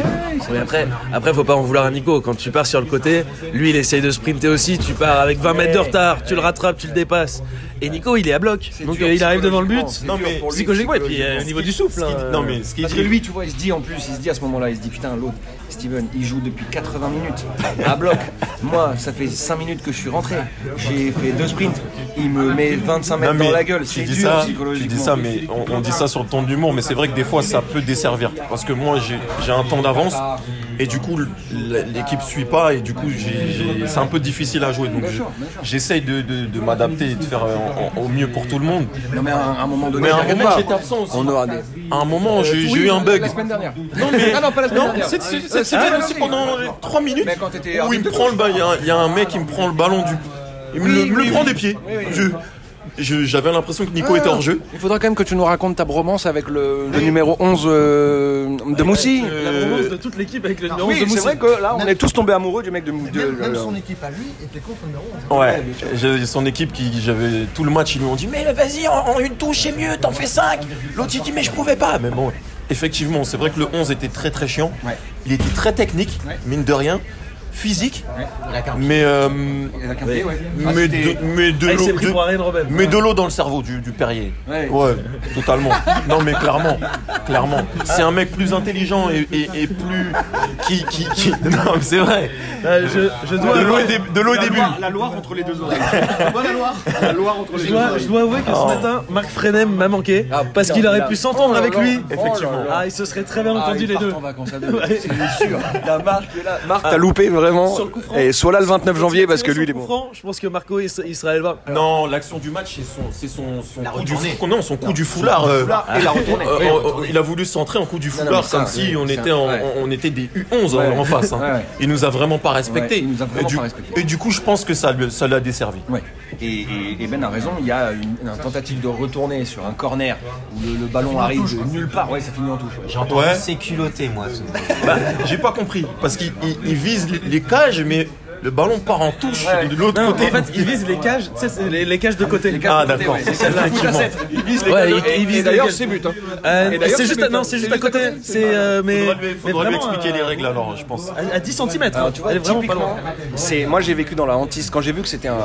S6: Mais après, après, faut pas en vouloir à Nico. Quand tu pars sur le côté, lui, il essaye de sprinter aussi. Tu pars avec 20 mètres de retard, tu le rattrapes, tu le dépasses. Et Nico, il est à bloc. Donc
S9: dur
S6: euh, il arrive devant le but.
S9: psychologiquement. C'est dur pour lui,
S6: psychologiquement, et puis euh,
S9: psychologiquement.
S6: au niveau du souffle.
S9: Ce qui-
S6: hein.
S7: Non mais ce qui
S9: Parce que lui, tu vois, il se dit en plus, il se dit à ce moment-là, il se dit putain, l'autre, Steven, il joue depuis 80 minutes à bloc. Moi, ça fait 5 minutes que je suis rentré. J'ai fait deux sprints. Il me met 25 mètres dans la gueule.
S7: tu
S9: C'est
S7: dis
S9: dur
S7: ça, tu
S9: psychologiquement.
S7: dis ça, mais on, on dit ça sur le ton de l'humour, mais c'est vrai que des fois ça peut desservir. Parce que moi j'ai j'ai un temps d'avance et du coup l- l'équipe suit pas et du coup j'ai- j'ai- c'est un peu difficile à jouer. Donc je- j'essaye de, de- de m'adapter et de faire euh, en- en- au mieux pour tout le monde.
S9: Non, mais à un, à un moment donné,
S7: Mais à un
S9: t'inquiète
S7: moment,
S9: pas.
S7: j'étais absent aussi.
S9: On aura des.
S7: À un moment j'ai j'ai
S9: Euh, Oui,
S7: eu un bug.
S9: La semaine dernière.
S7: Non mais
S9: Ah non, pas la semaine
S7: non,
S9: dernière.
S7: cette- cette- cette
S9: Ah,
S7: semaine
S9: non,
S7: aussi,
S9: si.
S7: pendant 3 minutes
S9: Mais quand t'étais
S7: où il me
S9: arbitre de
S7: prend le ballon, il y a un- il y, a un mec qui me prend le ballon du. Il me le, me le prend des pieds. Je- je- J'avais l'impression que
S9: Ah.
S7: Nico était hors jeu.
S9: Il faudra quand même que tu nous racontes ta bromance avec le, le numéro 11 euh, de Moussi.
S7: Euh,
S5: de toute l'équipe avec le numéro
S9: Ah Oui,
S5: de
S9: c'est
S5: Moussi.
S9: vrai que là, on est tous tombés amoureux du mec de Moussi.
S8: Même, même son équipe à lui était contre le numéro 11.
S7: Ouais, j'ai son équipe qui j'avais tout le match ils lui ont dit mais vas-y en, en une touche c'est mieux t'en fais 5 L'autre il dit mais je pouvais pas mais bon effectivement c'est vrai que le 11 était très très chiant il était très technique mine de rien physique mais euh,
S9: pied, ouais. Ah,
S7: mais
S9: c'était-
S7: de, mais de
S5: Ah, il
S7: l'eau
S5: s'est pris
S7: de-
S5: pour Ariane Robben.
S7: mais de l'eau dans le cerveau du, du Perrier
S9: Ouais.
S7: totalement non mais clairement clairement c'est un mec plus intelligent et, et- et plus qui qui, qui... non mais c'est vrai
S5: Euh, je, je dois
S7: de l'eau
S5: avouer,
S7: et des, de l'eau et des bulles
S12: La Loire entre les deux oreilles. Moi, la Loire. La Loire entre les
S5: je
S12: deux
S5: dois-
S12: oreilles.
S5: je dois avouer que
S9: Ah.
S5: ce matin, Marc Frenem m'a manqué parce qu'il aurait pu s'entendre avec lui.
S9: Effectivement.
S5: Ah, ils se seraient très bien
S9: Ah,
S5: entendus
S9: ils
S5: les
S9: partent
S5: deux.
S9: en vacances à deux. C'est sûr. La Marc est là. Marc, t'as loupé vraiment.
S5: Sur le coup franc.
S9: Et sois là le 29 janvier parce que lui, il est
S5: Sur
S9: bon.
S5: le coup franc, Je pense que Marco, il se- il sera allé le voir.
S7: Non, l'action du match, c'est son, c'est son, son coup du
S10: retournée.
S7: fou- non, son coup du foulard. euh,
S9: et la retournée.
S7: euh,
S9: Oui,
S7: euh,
S9: retournée.
S7: il a voulu s'entrer en coup du
S9: non,
S7: foulard
S9: mais ça,
S7: comme
S9: oui,
S7: si on
S9: c'est
S7: était,
S9: un-
S7: en-
S9: ouais.
S7: on on était des U11 en-
S9: Ouais.
S7: en face. hein.
S9: Ouais, ouais.
S7: Il nous a vraiment pas respecté.
S9: Ouais, il nous a vraiment
S7: et, du,
S9: pas respecté.
S7: et du coup, je pense que ça lui- ça l'a desservi.
S9: Ouais. Et, et- et Ben a raison, il y a une, une tentative de retourner sur un corner où le, le ballon arrive de nulle part. Ouais, ça finit en touche. ouais.
S10: J'ai entendu
S7: Ouais.
S10: c'est culotté, moi. ce-
S7: Bah, j'ai pas compris parce qu'il il- il vise les- les cages, mais le ballon part en touche de l'autre
S5: Non, en
S7: côté.
S5: fait, ils visent les cages, tu sais, c'est les, les cages de côté.
S7: Ah d'accord, c'est celle-là effectivement.
S9: Il vise les
S5: Ouais,
S9: cadeaux.
S5: il- il
S9: Et-
S5: vise
S9: et
S5: les
S9: d'ailleurs,
S5: cadeaux.
S9: c'est but. hein.
S5: Euh,
S9: Et d'ailleurs,
S5: c'est juste, à-
S9: but, hein.
S5: non, c'est juste à côté. C'est, euh, mais,
S7: Faudra lui, faudra
S5: mais
S7: lui
S5: vraiment,
S7: expliquer
S5: euh,
S7: les règles alors, je pense.
S5: À, à 10 cm,
S6: hein,
S9: Alors, Ah, tu vois,
S5: elle est vraiment pas
S9: typiquement,
S5: loin.
S9: c'est moi j'ai vécu dans la hantise quand j'ai vu que c'était un,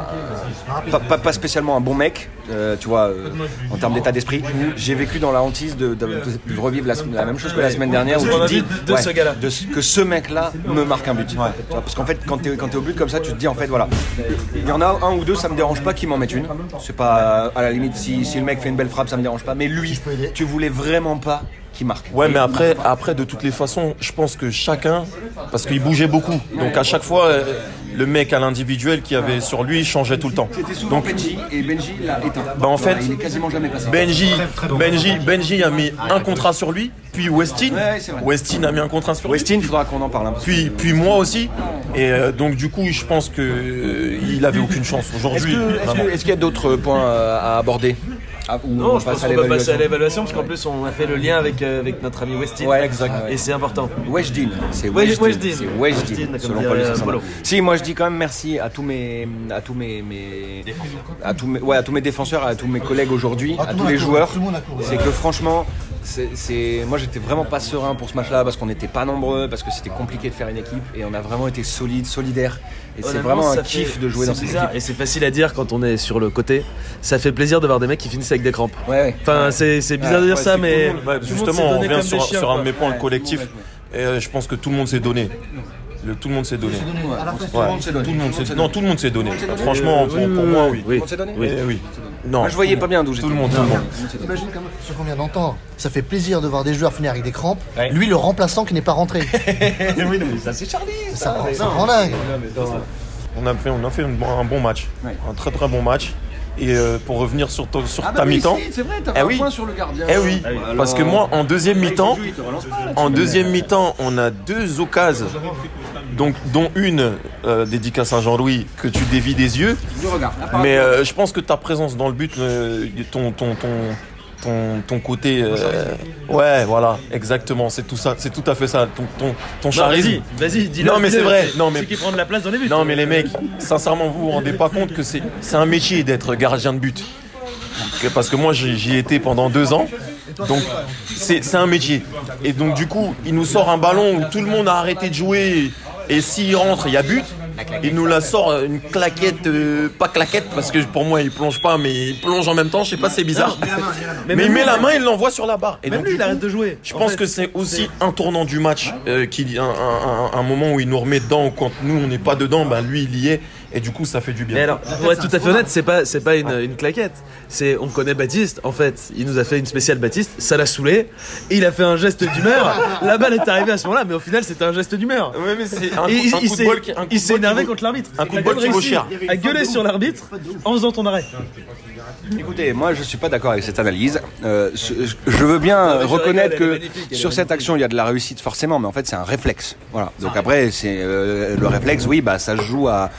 S9: un- un- pas, pas- pas spécialement un bon mec, euh, tu vois, euh, en termes d'état d'esprit. J'ai vécu dans la hantise de, de- de- de revivre la, la même chose que la semaine dernière où tu
S5: qu'on
S9: te
S5: a
S9: dis
S5: vu de ce gars-là.
S9: de ce- que ce mec-là me marque un but. Tu vois, parce qu'en fait, quand t'es quand t'es au but comme ça, tu te dis en fait voilà, il y en a un ou deux, ça me dérange pas qu'ils m'en mettent une. C'est pas à la limite si, si le mec fait une belle frappe, ça me dérange pas. Mais lui, tu voulais vraiment pas qu'il marque.
S7: Ouais, mais après, après, de toutes les façons, je pense que chacun, parce qu'il bougeait beaucoup, donc à chaque fois, euh, le mec à l'individuel qui avait sur lui changeait tout le temps.
S9: C'était souvent
S7: Donc
S9: Benji et Benji l'a éteint.
S7: Bah, en fait,
S9: il est quasiment jamais passé.
S7: Benji, Benji, Benji a mis un contrat sur lui, puis Westin,
S9: Ouais, c'est vrai.
S7: Westin a mis un contrat sur lui,
S9: Westin, il faudra qu'on en parle hein, un peu.
S7: puis, puis moi aussi, et euh, donc du coup, je pense que euh, il avait aucune chance
S9: Est-ce
S7: aujourd'hui.
S9: que- est-ce
S7: vraiment.
S9: que- est-ce qu'il y a d'autres points euh, à aborder Ah, ou
S6: Non, je
S9: passe
S6: pense
S9: à
S6: qu'on va passer à
S9: l'évaluation
S6: l'évaluation parce qu'en plus on a fait le lien avec, euh, avec notre ami Westin.
S9: Ouais, exact.
S6: Et c'est important.
S9: Westin, c'est
S6: Wesh-
S9: Westin,
S6: Westin.
S9: c'est Westin,
S6: Westin, comme
S9: selon
S6: dirait
S9: Paul Saint-Saëns.
S6: Polo.
S9: Si, moi je dis quand même merci à tous mes, à tous mes, mes- à tous mes, ouais, à tous mes défenseurs, à tous mes collègues aujourd'hui, à
S8: Ah, tout le
S9: tous
S8: monde
S9: les
S8: a couru,
S9: joueurs.
S8: tout le monde a couru.
S9: C'est que franchement, c'est, c'est- moi j'étais vraiment pas serein pour ce match-là parce qu'on n'était pas nombreux, parce que c'était compliqué de faire une équipe et on a vraiment été solide, solidaire. Et c'est
S6: Honnêtement,
S9: vraiment un
S6: ça
S9: kiff
S6: fait-
S9: de jouer dans
S6: c'est
S9: cette
S6: bizarre,
S9: équipe.
S6: Et c'est facile à dire quand on est sur le côté. Ça fait plaisir de voir des mecs qui finissent avec des crampes.
S9: Ouais, ouais.
S6: Enfin, c'est c'est
S10: Ah,
S6: bizarre de dire
S9: Ouais,
S6: ça,
S9: c'est
S6: mais.
S7: Ouais, bah,
S5: Tout le monde s'est
S7: justement, on
S5: donné
S7: revient
S5: comme
S7: sur,
S5: des chiens,
S7: sur un
S5: quoi.
S7: de mes points,
S9: Ouais,
S7: le collectif.
S9: tout
S7: Et euh, je pense que tout le monde s'est donné. Le, tout le monde s'est donné.
S8: À la fin,
S7: Ouais.
S9: s'est donné.
S7: Tout le monde s'est- Non, tout le monde s'est donné.
S9: s'est donné.
S7: Franchement, pour, pour moi, oui.
S9: On s'est donné
S7: Eh oui. Non.
S9: Moi, je voyais pas bien d'où j'étais.
S7: Tout le monde, tout le monde.
S8: T'imagines quand même ce qu'on vient d'entendre. Ça fait plaisir de voir des joueurs finir avec des crampes. Lui, le remplaçant qui n'est pas rentré.
S9: oui, non, mais ça c'est Charlie.
S8: ça, ça rend dingue.
S7: On a fait, on a fait un bon- un bon match. Un très très bon match.
S10: Et euh, pour revenir sur, ton- sur
S13: Ah bah
S10: ta
S13: oui,
S10: mi-temps.
S13: si, c'est vrai, t'as
S10: eh
S13: un
S10: oui.
S13: point sur le gardien.
S10: Eh oui,
S13: Ah oui.
S10: parce
S13: Alors-
S10: que moi, en deuxième
S13: Ouais, il
S10: mi-temps,
S13: joue, il te relance pas, là,
S10: en
S13: tu-
S10: deuxième mi-temps, on a deux occasions, donc dont une euh, dédiée à Saint-Jean-Louis que tu dévis des yeux.
S13: Je regarde.
S10: Mais euh, je pense que ta présence dans le but, euh, ton, ton, ton, ton, ton côté. euh, ouais, voilà, exactement, c'est tout ça, c'est tout à fait ça. Ton, ton, ton
S6: Non,
S10: charisme.
S6: vas-y, vas-y, dis-le,
S10: Non, mais
S6: dis-le,
S10: c'est vrai.
S6: c'est-
S10: Non, mais
S6: c'est qui prend de la place dans les buts.
S10: Non, mais les mecs, sincèrement, vous vous rendez pas compte que c'est c'est un métier d'être gardien de but. Que- Parce que moi, j'y j'y ai été pendant deux ans. Donc, c'est c'est un métier. Et donc, du coup, il nous sort un ballon où tout le monde a arrêté de jouer. Et s'il rentre, il y a but. Il nous la sort euh, une claquette, euh, pas claquette, parce que pour moi, il plonge pas, mais il plonge en même temps. Je sais pas, c'est bizarre. Mais, il met la main, il l'envoie sur la barre. Et
S14: Même
S10: donc,
S14: lui,
S10: du
S14: il arrête
S10: coup,
S14: de jouer.
S10: Je pense que c'est aussi un tournant du match, euh, qu'il y a un, un- un- un moment où il nous remet dedans, ou quand nous on n'est pas dedans, bah, lui il y est, et du coup ça fait du bien.
S6: Mais alors, pour être tout à fait honnête, c'est pas, c'est pas une, une claquette. C'est, on connaît Baptiste, en fait. Il nous a fait une spéciale Baptiste, ça l'a saoulé. et il a fait un geste d'humeur. la balle est arrivée à ce moment-là, mais au final, c'était un geste d'humeur.
S10: Ouais, mais c'est un
S6: Et
S10: coup-
S6: il,
S10: un
S6: il
S10: coup de
S6: s'est-
S10: bol qui- un coup
S6: il
S10: de
S6: s'est
S10: bol qui
S6: énervé
S10: vaut-
S6: contre l'arbitre.
S10: un coup de bol qui vaut cher. Il y avait
S6: A
S10: une faute
S6: gueulé
S10: de
S6: sur l'arbitre en faisant ton arrêt.
S9: Écoutez, moi je suis pas d'accord avec cette analyse. Euh, ce- je- je veux bien euh,
S6: mais je
S9: reconnaître
S6: rigole, elle est
S9: que
S6: magnifique, Ah. elle
S9: sur
S6: est
S9: cette action il y a de la réussite forcément, mais en fait c'est un réflexe. Voilà. Donc après c'est euh, le réflexe, oui, bah ça se joue à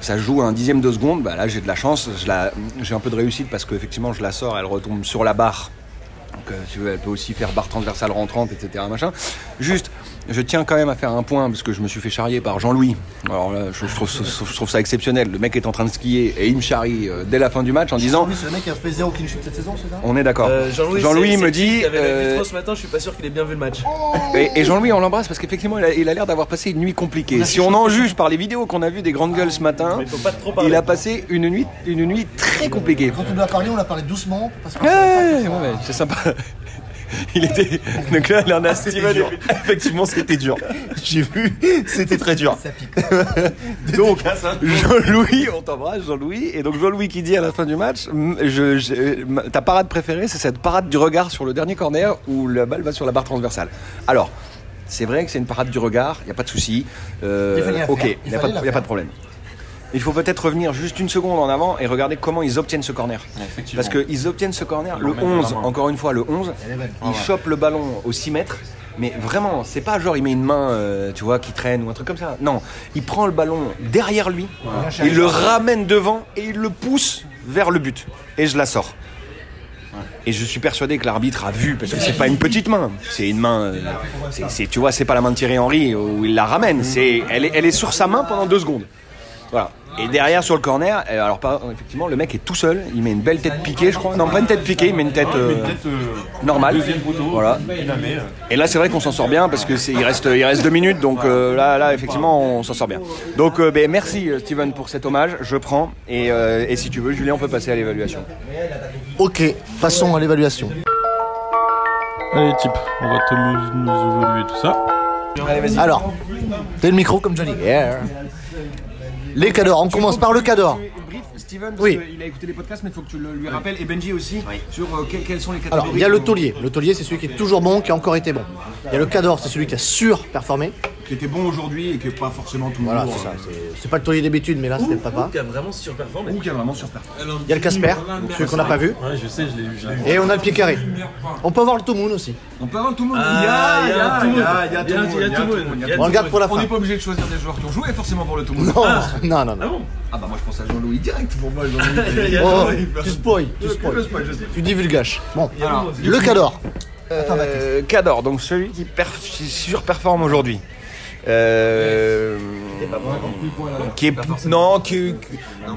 S9: ça se joue à un dixième de seconde. Bah, là j'ai de la chance, je la- j'ai un peu de réussite parce qu'effectivement je la sors, elle retombe sur la barre. Donc, euh, tu veux, elle peut aussi faire barre transversale rentrante, etc. Machin. Juste, je tiens quand même à faire un point parce que je me suis fait charrier par Jean-Louis. Alors là, je, je trouve, ça- je trouve ça exceptionnel. Le mec est en train de skier et il me charrie euh, dès la fin du match en disant
S8: Oui, c'est le mec qui a fait zéro clean sheet cette saison, c'est ça
S9: on est d'accord.
S6: Euh, Jean-Louis, c'est-
S9: me
S6: c'est
S9: dit.
S6: qui avait la
S9: euh,
S6: vitro ce matin, je suis pas sûr qu'il ait bien vu le match.
S9: et, et Jean-Louis, on l'embrasse parce qu'effectivement, il a- il a l'air d'avoir passé une nuit compliquée. Si on en juge par les vidéos qu'on a vues des grandes gueules ce matin, il a passé une nuit, une nuit très compliquée.
S8: Quand on lui a parlé, on l'a parlé doucement. Parce que
S9: Ouais, ouais, c'est sympa. Il était. Donc là, l'un a
S10: C'était dur. Effectivement, c'était dur. J'ai vu, c'était très dur.
S9: Donc, Jean-Louis, on t'embrasse, Jean-Louis. Et donc, Jean-Louis qui dit à la fin du match m- je- je- ma- Ta parade préférée, c'est cette parade du regard sur le dernier corner où la balle va sur la barre transversale. Alors, c'est vrai que c'est une parade du regard, il n'y a pas de souci. Euh,
S8: Il fallait la
S9: ok,
S8: faire.
S9: il
S8: Il
S9: n'y a, pas de-
S8: fallait la
S9: y a pas
S8: faire.
S9: de problème. Il faut peut-être revenir juste une seconde en avant et regarder comment ils obtiennent ce corner. Parce qu'ils obtiennent ce corner, le
S10: l'emmènent de la
S9: 11,
S10: main.
S9: encore une fois, le 11,
S8: Elle est belle.
S9: il chope le ballon aux 6 mètres. Mais vraiment, c'est pas genre il met une main, euh, tu vois, qui traîne ou un truc comme ça. Non, il prend le ballon derrière lui, il le ramène devant et il le pousse vers le but. Et je la sors. Et je suis persuadé que l'arbitre a vu parce que c'est pas une petite main, c'est une main. euh, c'est- c'est- tu vois, c'est pas la main de Thierry Henry où il la ramène. C'est, elle est, elle est sur sa main pendant deux secondes. Voilà. Et derrière sur le corner, euh, alors pas, effectivement, le mec est tout seul. Il met une belle tête piquée, je crois. Non, pas une tête piquée, mais une tête. euh, normal. Voilà. Et là, c'est vrai qu'on s'en sort bien parce que c'est, il reste, il reste deux minutes, donc euh, là, là, effectivement, on s'en sort bien. Donc, euh, ben, merci euh, Steven pour cet hommage. Je prends et, euh, et si tu veux, Julien, on peut passer à l'évaluation.
S8: Ok, passons à l'évaluation.
S7: Allez, type, on va te nous, nous évoluer tout ça.
S8: Alors, t'as le micro comme Johnny. Yeah. Les cadors, on commence par le cador.
S9: Steven,
S8: parce Oui.
S9: il a écouté les podcasts, mais il faut que tu le lui rappelles, et Benji aussi, sur quelles sont les catégories.
S8: Alors, il y a le taulier. Le taulier, c'est celui qui est toujours bon, qui a encore été bon. Il y a le cador, c'est celui qui a surperformé.
S15: Qui était bon aujourd'hui et qui est pas forcément toujours.
S8: Voilà,
S9: euh,
S8: c'est ça. C'est- C'est pas le taulier d'habitude, mais là, c'était le papa.
S6: a vraiment surperformé.
S15: Ou qui a vraiment surperformé.
S8: Il y a le Casper, donc celui qu'on n'a pas vu.
S7: Ouais, je sais, je l'ai vu.
S8: Et on a le pied carré. On peut avoir le Toumoun aussi.
S15: On peut avoir tout le monde.
S8: Ah, il y a tout le
S15: il y a
S8: monde. Il y a-
S15: tout
S8: il y a
S15: le
S8: tout le
S15: monde,
S8: monde.
S15: il y a
S8: On
S15: tout le
S8: le garde
S15: monde.
S8: pour la
S15: On
S8: fin.
S15: n'est pas obligé de choisir des joueurs qui ont joué forcément pour le tour.
S8: Non, non, non, non.
S15: Ah bah moi je pense à Jean-Louis direct pour moi Jean-Louis.
S8: Oh, tu spoil, tu
S15: Je
S8: spoil.
S15: spoil, je spoil.
S8: Tu divulgaches. Bon,
S9: Alors,
S8: le cador.
S9: Euh, Cador, donc celui qui, perf- qui surperforme aujourd'hui. Euh, qui est non qui,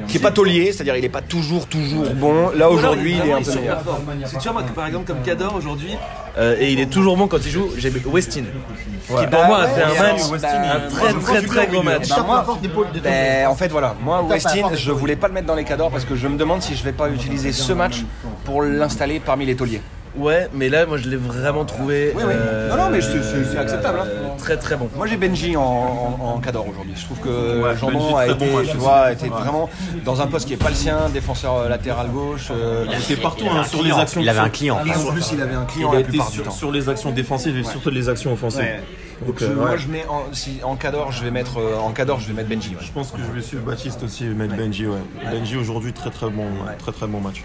S9: qui est pas taulier c'est à dire il est pas toujours toujours bon là aujourd'hui il est un peu meilleur
S6: C'est sûr, moi, que par exemple, comme Cador aujourd'hui, euh, et il est toujours bon quand il joue, j'ai Westin. Qui pour
S9: Bah,
S6: moi a
S9: ouais,
S6: fait un
S9: ouais,
S6: match,
S9: Westin,
S6: un
S9: il-
S6: très très très gros match.
S9: Bah, moi, ben, en fait voilà moi Westin je voulais pas le mettre dans les cadors parce que je me demande si je vais pas utiliser ce match pour l'installer parmi les tauliers
S6: Ouais, mais là, moi, je l'ai vraiment trouvé.
S9: Oui, oui.
S6: euh,
S9: Non, non, mais c'est- c'est- c'est acceptable, hein.
S6: euh, Très, très bon.
S9: Moi j'ai Benji en, en, en cador aujourd'hui. Je trouve que
S6: Ouais, Benji,
S9: Jambon a
S6: très
S9: été,
S6: bon match
S9: tu
S6: aussi.
S9: vois, a été
S6: Ouais.
S9: vraiment dans un poste qui est pas le sien, défenseur euh, latéral gauche. euh,
S10: Il était partout hein, sur les actions.
S9: Et en plus il avait un client
S10: Il
S9: la
S10: a été
S9: plupart du
S10: sur,
S9: temps.
S10: sur les actions défensives et surtout les actions offensives.
S9: Ouais.
S16: Donc
S10: euh,
S16: je- moi
S10: ouais.
S16: je mets en, si, en cador, je vais mettre euh, en cador, je vais mettre Benji. ouais.
S10: Je pense que je vais suivre Baptiste aussi et mettre Benji. Ouais. Benji aujourd'hui très très bon, très très bon match.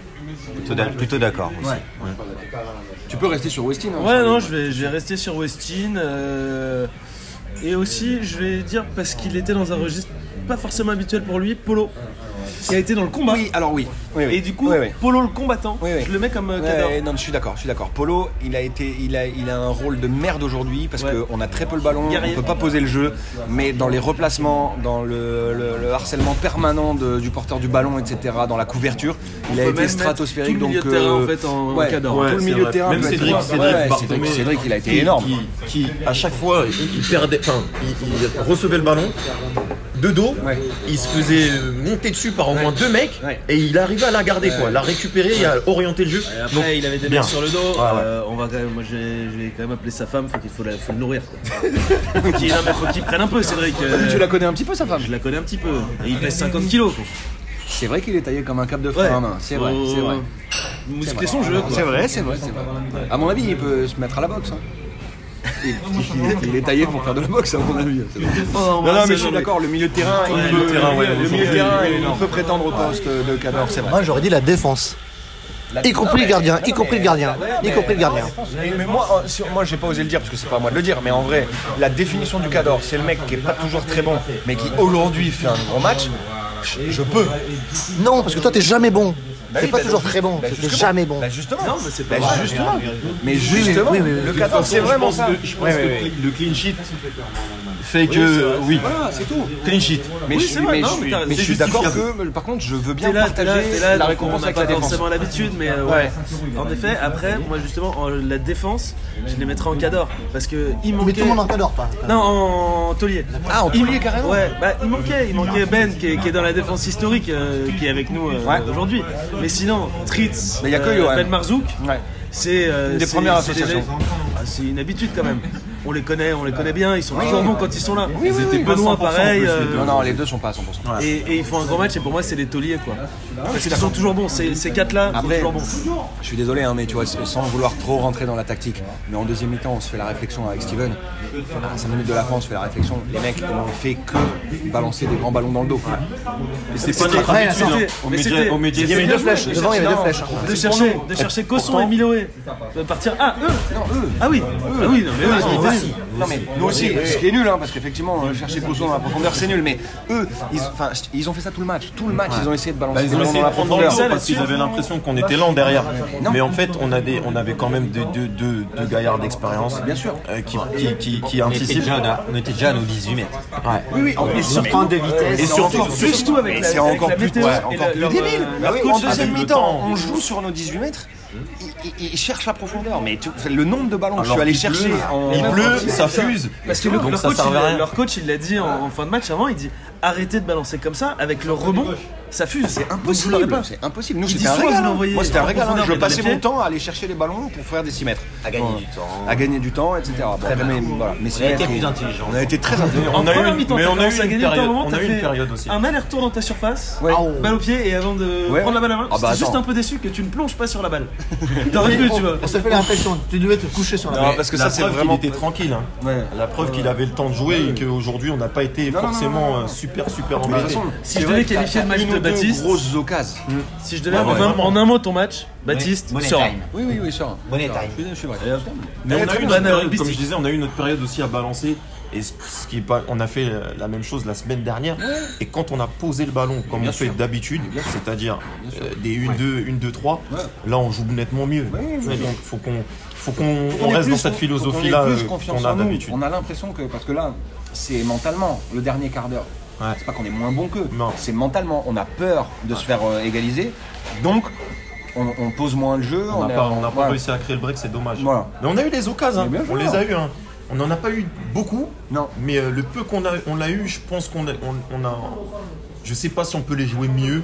S3: Plutôt d'a- plutôt d'accord aussi.
S10: Ouais.
S9: Tu peux rester sur Westin. hein,
S6: Ouais,
S9: sur
S6: non,
S9: les-
S6: je vais, je vais rester sur Westin. euh, et aussi, je vais dire, parce qu'il était dans un registre pas forcément habituel pour lui, Polo. Qui a été dans le combat.
S9: Oui, alors oui. Oui, oui.
S6: Et du coup,
S9: Oui, oui.
S6: Polo le combattant, je le mets comme euh,
S9: Ouais,
S6: cadre.
S9: ouais, non, mais je suis d'accord, je suis d'accord. Polo, il a été, il a, il a un rôle de merde aujourd'hui parce qu'on a très peu le ballon,
S6: Guerrier.
S9: on peut pas poser le jeu, mais dans les replacements, dans le, le- le harcèlement permanent de- du porteur du ballon, etc., dans la couverture, il
S6: On
S9: a
S6: peut
S9: été
S6: même
S9: stratosphérique.
S6: mettre tout le
S9: Donc
S6: milieu de terrain,
S9: euh,
S6: en fait, en- en
S9: ouais,
S6: cadre.
S9: tout
S10: Ouais,
S9: le
S10: c'est
S9: milieu de
S10: vrai.
S9: terrain.
S10: Même
S9: peut être-
S10: Cédric,
S9: ouais,
S10: Cédric,
S9: ouais, Cédric,
S10: Bartholomew,
S9: Cédric, il a été
S10: qui-
S9: énorme.
S10: Qui, qui, à chaque fois, il, il perdait, enfin, il, il recevait le ballon de dos, il se faisait monter dessus par au moins deux mecs, et il arrivait à la garder, quoi, la récupérer et à orienter le jeu.
S6: Et après,
S10: Donc,
S6: il avait des
S10: bien.
S6: mecs sur le dos.
S10: Ouais, ouais.
S6: euh, on va quand même, moi, je vais, je vais quand même appeler sa femme. Faut qu'il faut, la- faut le nourrir. Quoi. faut qu'il non, mais faut qu'il prenne un peu, Cédric. euh,
S9: Tu la connais un petit peu sa femme
S6: Je la connais un petit peu. Et il pèse 50 kilos. Quoi.
S9: C'est vrai qu'il est taillé comme un cap de frein
S6: Ouais. Oh.
S9: à main. C'est vrai,
S6: Faut
S9: c'est vrai.
S6: muscler
S9: C'est vrai.
S6: son jeu, quoi.
S9: C'est vrai, c'est vrai, c'est vrai. À mon avis, il peut se mettre à la boxe. hein. Il, il- il est taillé pour faire de la boxe, à mon avis. C'est vrai.
S6: non,
S9: Non,
S6: Oh, moi,
S9: non,
S6: Ah, ça,
S9: mais je suis
S6: j'en ai-
S9: d'accord. Le milieu de terrain,
S6: Ouais,
S9: il
S6: le
S9: peut,
S6: terrain, ouais,
S9: le
S6: aujourd'hui,
S9: milieu de terrain,
S6: il est
S9: il
S6: énorme.
S9: peut prétendre au poste de Cador, c'est vrai.
S17: Moi j'aurais dit la défense. Y compris le gardien, y compris le gardien, y compris le gardien.
S9: Mais, mais moi, euh, sur- moi, j'ai pas osé le dire parce que c'est pas à moi de le dire. Mais en vrai, la définition du Cador, c'est le mec qui est pas toujours très bon, mais qui aujourd'hui fait un grand match. Je, je peux.
S17: Non, parce que toi t'es jamais bon.
S9: Bah
S17: T'es
S9: oui,
S17: pas
S9: bah
S17: toujours
S9: juste-
S17: très bon,
S9: bah
S17: t'es
S9: justement.
S17: jamais bon.
S9: Bah justement.
S6: Non, mais c'est
S9: Bah
S6: pas vrai.
S9: justement. Mais
S10: Oui, oui,
S9: justement,
S10: oui, oui, oui.
S9: le
S10: De toute
S9: 14, c'est
S10: façon,
S9: vraiment
S10: je
S9: ça.
S10: pense que- je pense que le clean- le clean sheet fait que- oui.
S9: Voilà, c'est tout.
S10: Clean sheet.
S9: Mais
S10: Oui,
S9: je
S10: c'est
S9: suis,
S10: vrai,
S9: mais
S10: non,
S9: je suis-
S10: mais t'as-
S9: mais je
S10: c'est
S9: suis d'accord
S10: justifiable.
S9: que, par contre, je veux bien
S6: T'es là, t'es là,
S9: partager
S6: t'es là,
S9: la
S6: donc
S9: récompense
S6: on n'a
S9: avec
S6: pas
S9: la défense.
S6: forcément l'habitude, mais euh, ouais.
S9: Ouais.
S6: En effet, après, moi justement, en- la défense, je les mettrais en cador parce que il manquait.
S17: Mais tout le monde en cador pas.
S6: Non, en taulier.
S9: Ah, en
S6: taulier carrément Ouais, bah il manquait, il manquait Ben qui est, qui est dans la défense historique, euh, qui est avec nous euh, aujourd'hui. Mais sinon, Tritz,
S9: Mais il y a que Johan.
S6: Ben Marzouk, c'est euh,
S9: Une des
S6: c'est-
S9: premières
S6: c'est
S9: associations.
S6: Ah, c'est une habitude quand même. On les connaît, on les connaît bien, ils sont
S9: Oui,
S6: toujours
S9: oui.
S6: bons quand ils sont là.
S9: Oui,
S6: ils
S9: oui,
S6: étaient
S9: oui,
S6: Benoît
S9: 100% en
S6: pareil.
S9: plus, les
S6: euh,
S9: deux. Non, non, les deux sont pas à 100%.
S6: et, et ils font un grand match et pour moi c'est les tauliers quoi. Parce qu'ils sont toujours bons, ces, ces quatre là sont
S9: Ah Après,
S6: toujours bons.
S9: je suis désolé, hein, mais tu vois, sans vouloir trop rentrer dans la tactique, mais en deuxième mi-temps, on se fait la réflexion avec Steven. À 5 minutes de la fin, on se fait la réflexion. Les mecs n'ont fait que balancer des grands ballons dans le dos.
S10: Mais c'est pas notre habitude, hein. Au
S6: mais
S10: Medjay-
S6: c'était-
S10: au Medjay-
S6: c'était-
S10: il y avait deux flèches.
S17: Devant, il y avait deux
S9: hein.
S17: flèches.
S6: De chercher, de chercher Cosson et Miloé. De partir. Ah, eux Ah oui Ah oui, non, mais eux, ils ont été-
S9: Non mais nous aussi, ce qui est nul, hein, parce qu'effectivement, euh, chercher Pousson dans la profondeur, c'est nul. Mais eux, ils, enfin, ils ont fait ça tout le match. Tout le match, Ah, ils ont essayé de balancer
S10: Bah, ils
S9: des
S10: ont
S9: ballons
S10: essayé
S9: dans
S10: de
S9: la
S10: prendre dans le
S9: profondeur.
S10: dos parce qu'ils avaient l'impression qu'on était lent derrière. Mais en fait, on, a des- on avait quand même deux, deux- deux- deux gaillards d'expérience.
S9: Bien sûr.
S10: euh, qui, qui, qui, qui
S3: On était
S10: anticipent.
S3: déjà à- on était déjà à nos 18 mètres.
S10: Ouais.
S9: Oui, oui, en
S10: Ouais.
S9: plus, mais-
S10: Et surtout, surtout-
S9: Et c'est encore plus
S10: ouais, encore plus
S9: débile. Bah oui, en deuxième
S10: Avec le
S9: mi-temps,
S10: temps.
S9: on joue sur nos 18 mètres. Ils il, cherchent la profondeur, mais tu- le nombre de ballons que je
S10: Alors
S9: suis allé
S10: qu'il
S9: chercher.
S10: pleut,
S9: en-
S10: il pleut, ça fuse.
S6: Parce que le-
S10: Donc
S6: leur,
S10: ça
S6: coach,
S10: servait
S6: il
S10: à
S6: l'a-
S10: rien.
S6: leur coach, il l'a dit en, en fin de match avant, il dit arrêtez de balancer comme ça, avec le rebond, ça fuse. C'est
S9: Impossible, c'est impossible. Nous,
S6: Il dit
S9: c'était un
S6: soit vous
S9: régal. hein.
S6: l'envoyez
S9: Moi, c'était un
S6: en
S9: régal. hein.
S6: profondeur,
S9: Je
S6: mais dans
S9: passais
S6: les
S9: mon
S6: pieds.
S9: temps à aller chercher les ballons pour faire des 6 mètres.
S3: À gagner du temps.
S9: À gagner du temps, etc. Bon, après, mais, voilà. mais c'est
S3: a
S9: vrai
S3: été
S9: que-
S3: plus intelligents.
S9: On a été très intelligents.
S6: En première mi-temps,
S10: mais
S6: t'as
S10: on a eu
S6: commencé à
S10: une
S6: gagner, t'as un
S10: période-
S6: moment,
S10: on a
S6: t'as
S10: eu une
S6: fait
S10: période aussi.
S6: Un aller-retour dans ta surface,
S9: Ouais.
S6: balle au pied, et avant de
S9: Ouais.
S6: prendre la balle à main,
S9: Ah bah
S6: j'étais juste
S9: attends.
S6: un peu déçu que tu ne plonges pas sur la balle. T'aurais pu, tu vois.
S17: On s'est fait l'impression, tu devais te coucher sur la
S10: Non,
S17: balle.
S10: parce que
S17: La
S10: ça, c'est
S17: preuve qu'il
S10: vraiment.
S17: était-
S10: était tranquille. hein. La preuve qu'il avait le temps de jouer et qu'aujourd'hui, on n'a pas été
S9: non, non,
S10: forcément euh, super, super
S9: De toute
S10: embêtés.
S9: façon,
S6: Si
S9: c'est
S6: je
S9: vrai
S6: devais
S9: que t'as-
S6: qualifier le
S9: t'as
S6: match
S9: une
S6: de
S9: ou deux
S6: Baptiste-
S9: grosses occasions.
S6: Si je devais
S9: Ouais,
S6: en,
S9: ouais,
S6: un-
S9: vraiment.
S6: en un mot ton match, Baptiste,
S9: Money
S6: sort.
S9: time. Oui, oui, oui, sort.
S3: Money
S9: Sort.
S3: time.
S9: Je suis- je suis vrai.
S10: Mais on
S9: Et
S10: a eu
S9: une
S10: une
S9: banane
S10: période,
S9: rugbystique.
S10: comme je disais, on a eu notre période aussi à balancer. Et ce ce qui est pas, on a fait euh, la même chose la semaine dernière. Et quand on a posé le ballon, comme on fait d'habitude, c'est-à-dire euh, des 1-2, 1-2, 3, là on joue nettement mieux.
S9: Ouais, ouais,
S10: Tu vois,
S9: ouais.
S10: donc faut qu'on, faut qu'on
S9: Faut
S10: on
S9: ait
S10: reste
S9: plus
S10: dans cette
S9: con-
S10: philosophie-là
S9: qu'on ait plus
S10: euh,
S9: confiance
S10: qu'on
S9: en
S10: a
S9: nous.
S10: d'habitude.
S9: On a l'impression que, parce que là, c'est mentalement, le dernier quart d'heure. C'est pas qu'on est moins bon qu'eux, c'est mentalement, on a peur de se faire euh, égaliser, donc on, on pose moins le jeu.
S10: On n'a
S9: est-
S10: pas, on n'a pas
S9: voilà.
S10: réussi à créer le break, c'est dommage.
S9: Voilà.
S10: Mais on a eu des occasions, hein.
S9: Mais bien
S10: on
S9: sûr.
S10: les a eu. hein. On n'en a pas eu beaucoup,
S9: non.
S10: mais euh, le peu qu'on a, on l'a eu, je pense qu'on a, on, on a. Je sais pas si on peut les jouer mieux,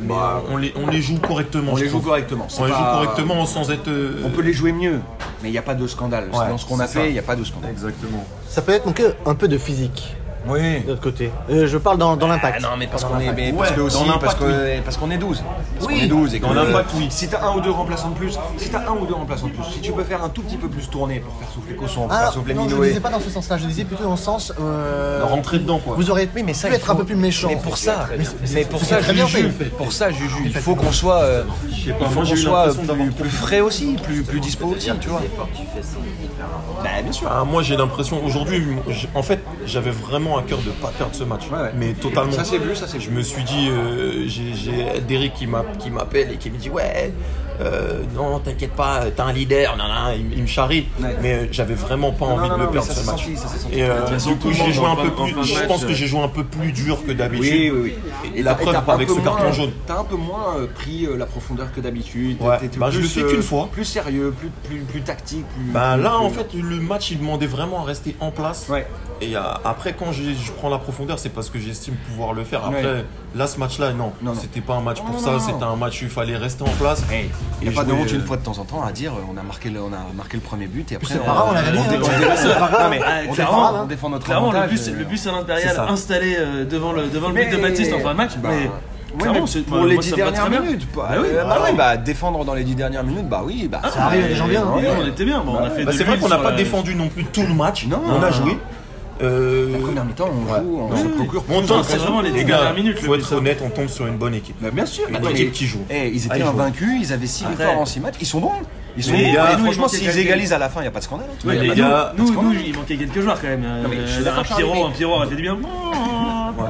S10: mais
S9: Bah,
S10: euh, on, les, on les joue correctement.
S9: On
S10: je
S9: les joue
S10: trouve.
S9: correctement. c'est
S10: On les joue
S9: pas-
S10: correctement sans être. euh,
S9: On peut les jouer mieux, mais il n'y a pas de scandale.
S10: Ouais,
S9: Dans ce qu'on a
S10: c'est ça.
S9: fait, il n'y a pas de scandale.
S10: Exactement.
S8: euh,
S17: Ça peut être manqué un peu de physique.
S9: Oui.
S8: De l'autre côté. Euh, je parle dans, dans l'impact.
S9: Ah non, mais parce
S8: Dans
S9: qu'on est,
S8: l'impact.
S9: mais parce que
S8: Ouais,
S9: aussi,
S8: dans l'impact,
S9: parce que-
S8: oui.
S9: parce qu'on est 12. Parce
S8: Oui.
S9: qu'on est 12 et
S8: Dans
S9: que-
S8: l'impact, oui.
S9: Si t'as un ou deux remplaçants de plus, si t'as un ou deux remplaçants de plus, si tu peux faire un tout petit peu plus tourner pour faire souffler Cosson, pour faire
S8: Alors,
S9: souffler
S8: Ah, non, je ne
S9: Minoé.
S8: disais pas dans ce sens-là, je disais plutôt dans le sens. euh,
S9: Rentrer dedans, quoi.
S8: Vous auriez pu
S9: il
S8: être un
S9: faut-
S8: peu plus méchant.
S9: Mais pour ça, mais, pour
S8: c'est
S9: ça,
S8: très bien
S9: Juju,
S8: fait.
S9: pour ça, Juju, il faut qu'on soit, euh, il
S8: pas,
S9: faut
S8: moi,
S9: qu'on
S8: j'ai eu
S9: soit
S8: l'impression
S9: plus, plus frais aussi, plus, plus dispo aussi, tu vois.
S10: Bah, bien sûr. Ah, moi, j'ai l'impression aujourd'hui, j'- en fait, j'avais vraiment à cœur de pas perdre ce match, mais totalement.
S9: Ça, c'est vu, ça, c'est vu.
S10: Je me suis dit, euh, j'ai j'ai Derek qui m'a- qui m'appelle et qui me dit ouais, euh, non, t'inquiète pas, t'as un leader, nan, nan, il, il me charrie. Mais euh, j'avais vraiment pas
S9: Non,
S10: envie
S9: non, non,
S10: de le
S9: mais
S10: perdre
S9: ça
S10: ce
S9: s'est
S10: match.
S9: senti, ça s'est senti.
S10: Et euh,
S9: De toute façon,
S10: du
S9: tout
S10: coup,
S9: le
S10: j'ai
S9: monde
S10: joué
S9: en
S10: un peu
S9: fin de
S10: plus.
S9: match,
S10: Je pense que
S9: euh,
S10: j'ai joué un peu plus dur que d'habitude.
S9: Oui, oui, oui.
S10: Et la
S9: t'as-
S10: preuve
S9: t'as un
S10: avec
S9: peu
S10: ce carton
S9: moins-
S10: jaune.
S9: T'as un peu moins euh, pris euh, la profondeur que d'habitude.
S10: Ouais.
S9: T'étais
S10: Bah, je
S9: plus,
S10: le suis qu'une fois.
S9: Plus sérieux, plus, plus, plus tactique. Plus,
S10: Bah
S9: plus-
S10: là, en
S9: plus-
S10: fait, le match, il demandait vraiment à rester en place. Et euh, après, quand j'ai- je prends la profondeur, c'est parce que j'estime pouvoir le faire. Après,
S9: Ouais.
S10: là, ce match-là, non, c'était pas un match pour
S9: non,
S10: ça.
S9: non, non.
S10: C'était un match où il fallait rester en place.
S9: Il n'y a pas de honte une fois de temps en temps à dire euh, on a marqué le, on a marqué le premier but et après
S6: c'est pas grave, on l'a gagné, hein.
S9: dé-
S6: Ouais,
S9: défend-
S6: c'est pas grave.
S9: Non, mais
S6: Ah,
S9: on
S6: clairement,
S9: défend-
S6: hein.
S9: on défend notre
S6: Clairement, le
S9: avantage,
S6: but, c'est-
S9: euh,
S6: le but, c'est
S9: c'est
S6: l'impérial
S9: ça.
S6: installé euh, devant le devant le but de
S9: Mais-
S6: Baptiste en fin de match.
S9: Bah,
S6: mais
S9: ouais,
S6: clairement,
S9: mais
S6: c'est-
S9: pour
S6: moi,
S9: les
S6: moi,
S9: 10
S6: ça me va
S9: dernières
S6: très bien.
S9: minutes. Bah,
S6: Bah oui,
S9: euh, bah
S6: bah
S9: oui,
S6: oui.
S9: bah, défendre dans les 10 dernières minutes, bah oui, bah
S6: Ça arrive à des gens bien, hein.
S9: ouais.
S6: On était bien, bah, on a
S9: Ouais.
S6: fait
S9: Bah,
S6: de
S9: C'est vrai
S6: l'huile
S9: qu'on n'a
S6: sur
S9: pas
S6: la-
S9: défendu
S10: non plus tout le match.
S9: Non,
S10: on a joué. Euh,
S9: La première mi-temps, on joue, on
S10: Ouais.
S9: se procure.
S10: On
S9: plusieurs
S10: tombe-
S9: occasions.
S10: les gars, Faut être honnête, on tombe sur une bonne équipe.
S9: Bah, Bien sûr,
S10: une
S9: attends,
S10: équipe
S9: mais-
S10: qui joue.
S9: eh, ils
S10: Ah,
S9: étaient
S10: jouent.
S9: invaincus, ils avaient 6
S10: Après-
S9: victoires en 6 matchs, ils sont bons. Ils sont
S10: Mais les
S9: bons.
S10: gars,
S9: Et nous,
S10: franchement,
S9: s'ils
S10: quelques-
S9: égalisent à la fin, il n'y a pas de scandale.
S10: Ouais,
S9: Y a
S10: les
S9: pas de-
S10: gars,
S9: Nous,
S6: Nous, il manquait quelques joueurs quand même.
S9: Non, mais je suis
S6: Euh,
S9: d'accord,
S6: Un Pierrot,
S9: Charlie,
S6: un Pierrot, aurait fait du bien. Oh,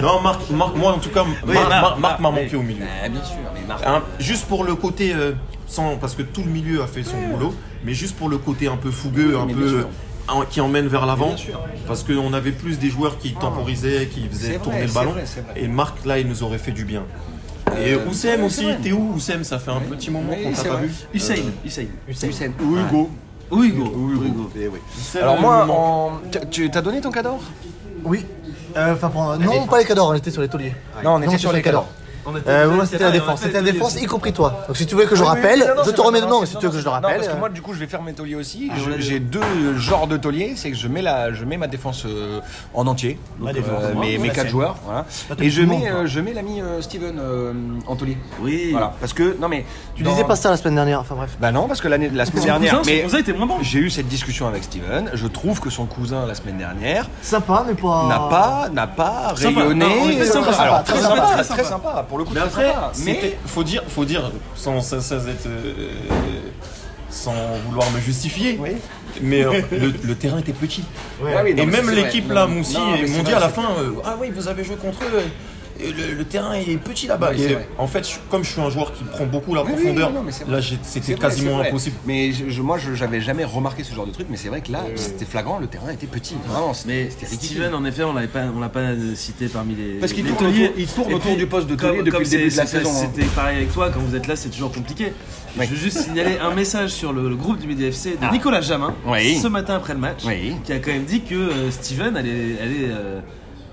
S10: Non, Marc, Marc, moi en tout cas,
S6: Oui,
S10: Marc-
S6: Marc,
S10: Marc Marc m'a
S6: oui.
S10: manqué au milieu.
S9: bien sûr, mais Marc.
S10: Hein, juste pour le côté euh, sans, parce que tout le milieu a fait son boulot, mais juste pour le côté un peu fougueux, un
S9: mais bien
S10: peu
S9: sûr.
S10: euh, en- qui emmène vers l'avant,
S9: Bien sûr.
S10: parce qu'on avait plus des joueurs qui temporisaient, qui
S9: C'est
S10: faisaient
S9: vrai,
S10: tourner le
S9: c'est
S10: ballon.
S9: vrai, c'est vrai.
S10: Et Marc là, il nous aurait fait du bien. Et
S9: Euh,
S10: Oussem
S9: c'est
S10: aussi,
S9: vrai.
S10: t'es où Oussem Ça fait un petit moment
S9: Oui,
S10: qu'on t'a
S9: c'est
S10: pas
S9: vrai.
S10: vu.
S9: Hussein,
S6: Hussein. Ah.
S9: Hussein. Ou Hugo.
S6: Ou Euh, Hugo.
S9: Eh oui.
S10: C'est
S9: Alors
S10: le
S9: moi,
S10: moment.
S9: en- tu- tu t'as donné ton cador
S8: Oui. Euh, Enfin, pour- non, pas les cadors, on était sur les tauliers.
S9: Non, on était sur les cadors.
S8: On
S9: était-
S8: euh, moi, c'était la
S9: on a fait
S8: défense,
S9: les
S8: c'était la
S9: tauliers
S8: défense,
S9: aussi.
S8: y compris toi. Donc, si tu veux que je rappelle, je te remets dedans, mais si tu veux que je le rappelle.
S9: parce que
S8: euh,
S9: moi, du coup, je vais faire mes tauliers aussi.
S8: Ah,
S9: Je-
S8: je l'ai-
S9: J'ai deux genres de tauliers. C'est que je mets, la, je mets ma défense euh, en entier.
S8: Ma
S9: Donc,
S8: défense,
S9: euh,
S8: moi,
S9: mes
S8: moi,
S9: mes quatre
S8: la sienne.
S9: joueurs. voilà.
S8: Pas tout
S9: Et je
S8: le monde,
S9: mets,
S8: toi.
S9: euh, je mets l'ami euh, Steven euh, en taulier. Oui. Voilà. Parce que, non mais.
S8: Tu
S9: dans-
S8: disais pas ça la semaine dernière, enfin bref.
S9: Bah non, parce que l'année, la semaine
S8: Son
S9: dernière.
S8: cousin, son cousin
S6: était moins bon.
S9: J'ai eu cette discussion avec Steven. Je trouve que son cousin, la semaine dernière,
S8: Sympa, mais pas.
S9: n'a pas, n'a pas
S10: Sympa.
S9: rayonné.
S10: Non, en effet, sympa,
S9: Alors,
S10: sympa,
S9: très
S10: très
S9: sympa,
S10: sympa,
S9: très
S10: très
S9: sympa.
S10: sympa.
S9: Pour le coup,
S10: Mais
S9: très
S10: après,
S9: sympa.
S10: c'était- faut dire, faut dire, sans, sans, sans être, euh, sans vouloir me justifier, mais euh, le, le terrain était petit.
S9: Ouais. Ah oui, non,
S10: et
S9: mais
S10: même
S9: c'est
S10: l'équipe
S9: vrai.
S10: là,
S9: Non,
S10: Moussi,
S9: non, mais
S10: ils
S9: c'est
S10: m'ont dit
S9: vrai,
S10: à la
S9: c'est
S10: fin, euh, ah oui, vous avez joué contre eux. euh, Le, le terrain il est petit là-bas.
S9: Oui, c'est
S10: Et
S9: vrai.
S10: en fait, je- comme je suis un joueur qui prend beaucoup la
S9: Oui, oui,
S10: profondeur,
S9: non, non, mais c'est vrai.
S10: là j'ai- c'était
S9: C'est vrai, c'est
S10: quasiment
S9: vrai.
S10: impossible.
S9: Mais je- je- moi, je j'avais jamais remarqué ce genre de truc, mais c'est vrai que là, c'était flagrant, le terrain était petit. Vraiment, c'était
S6: Mais
S9: c'était ridicule.
S6: Steven, en effet, on l'avait pas, Ah, on l'a pas cité parmi les.
S9: Parce qu'il
S6: les
S9: tourne
S6: tauliers.
S9: autour- il tourne
S6: Et
S9: autour du poste de
S6: comme-
S9: taulier depuis
S6: comme
S9: le début de
S6: c'est-
S9: la
S6: c'était-
S9: saison, hein.
S6: C'était pareil avec toi. Quand vous êtes là, c'est toujours compliqué. Je veux juste signaler un message sur le, le groupe du Média FC de
S9: Ah.
S6: Nicolas Jamin
S9: Oui.
S6: ce matin après le match,
S9: Oui.
S6: qui a quand même dit que euh, Steven allait, allait euh,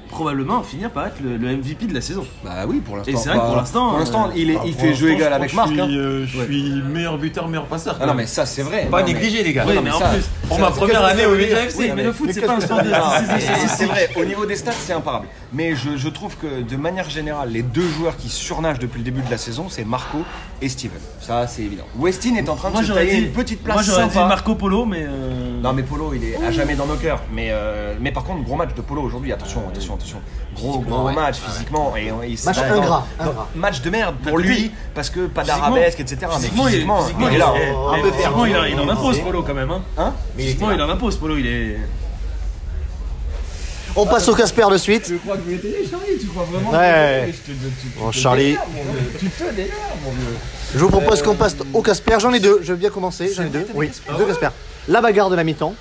S6: probablement finir par être le, le MVP de la saison.
S9: Bah oui, pour l'instant.
S6: Et c'est vrai que pour
S9: Bah,
S6: l'instant,
S9: pour l'instant, il est-
S6: bah,
S9: il
S6: pour
S9: fait
S6: l'instant,
S9: jeu
S6: je
S9: égal
S6: crois
S9: avec
S6: que
S9: Marc,
S6: je suis,
S9: hein.
S10: euh, je suis meilleur buteur, meilleur passeur.
S9: Ah non, mais ça, c'est vrai.
S10: Pas
S9: Non, mais-
S10: négligé, les gars.
S6: Oui,
S9: Non,
S6: mais
S9: mais
S6: en
S9: ça-
S6: plus,
S10: pour
S9: ça-
S10: ma
S9: ça-
S10: première
S9: ça-
S10: année
S9: ça-
S10: au
S9: ça-
S10: Liga
S9: ça-
S10: FC,
S9: oui,
S10: mais
S9: mais-
S10: le foot,
S9: mais
S10: c'est
S9: qu'est-ce
S10: pas un
S9: que-
S10: sport de-
S9: Ah,
S10: c'est- c'est- c'est-
S9: C'est
S10: c'est-
S9: vrai, au niveau des stats, c'est imparable. Mais je, je trouve que de manière générale, les deux joueurs qui surnagent depuis le début de la saison, c'est Marco et Steven. Ça, c'est évident. Westin est en train de
S6: Moi
S9: se
S6: j'aurais
S9: tailler
S6: dit
S9: une petite place
S6: Moi j'aurais dit
S9: sympa.
S6: Marco Polo, mais. euh,
S9: Non mais Polo il est à jamais dans nos cœurs mais, euh, mais par contre gros match de Polo aujourd'hui attention attention attention gros gros
S8: ouais.
S9: match physiquement et, et c'est
S8: Match
S9: dans-
S8: ingrat,
S9: dans-
S8: ingrat.
S9: match de merde pour
S8: D'un côté,
S9: lui parce que pas
S6: physiquement-
S9: d'arabesque etc mais
S6: physiquement, il-
S9: physiquement
S6: physiquement,
S9: il est
S6: il-
S9: là
S6: eh,
S9: hein.
S6: eh,
S9: Un peu
S6: physiquement, il a- il en
S9: perdu.
S6: impose Polo quand même hein.
S9: Hein
S6: Physiquement, il en impose Polo, il est.
S8: On passe au Casper de suite.
S18: Je crois que je vais t'aider, Charlie, tu crois vraiment que
S8: Ouais.
S18: je vais t'aider Je te- tu- tu-
S8: Bon,
S18: tu te
S8: Charlie.
S18: délires, mon vieux. Tu te délires, mon vieux.
S8: Je vous propose
S18: Euh,
S8: qu'on passe au Casper. J'en ai deux, je veux bien commencer. J'en ai deux. Oui, deux Casper. La bagarre de la mi-temps.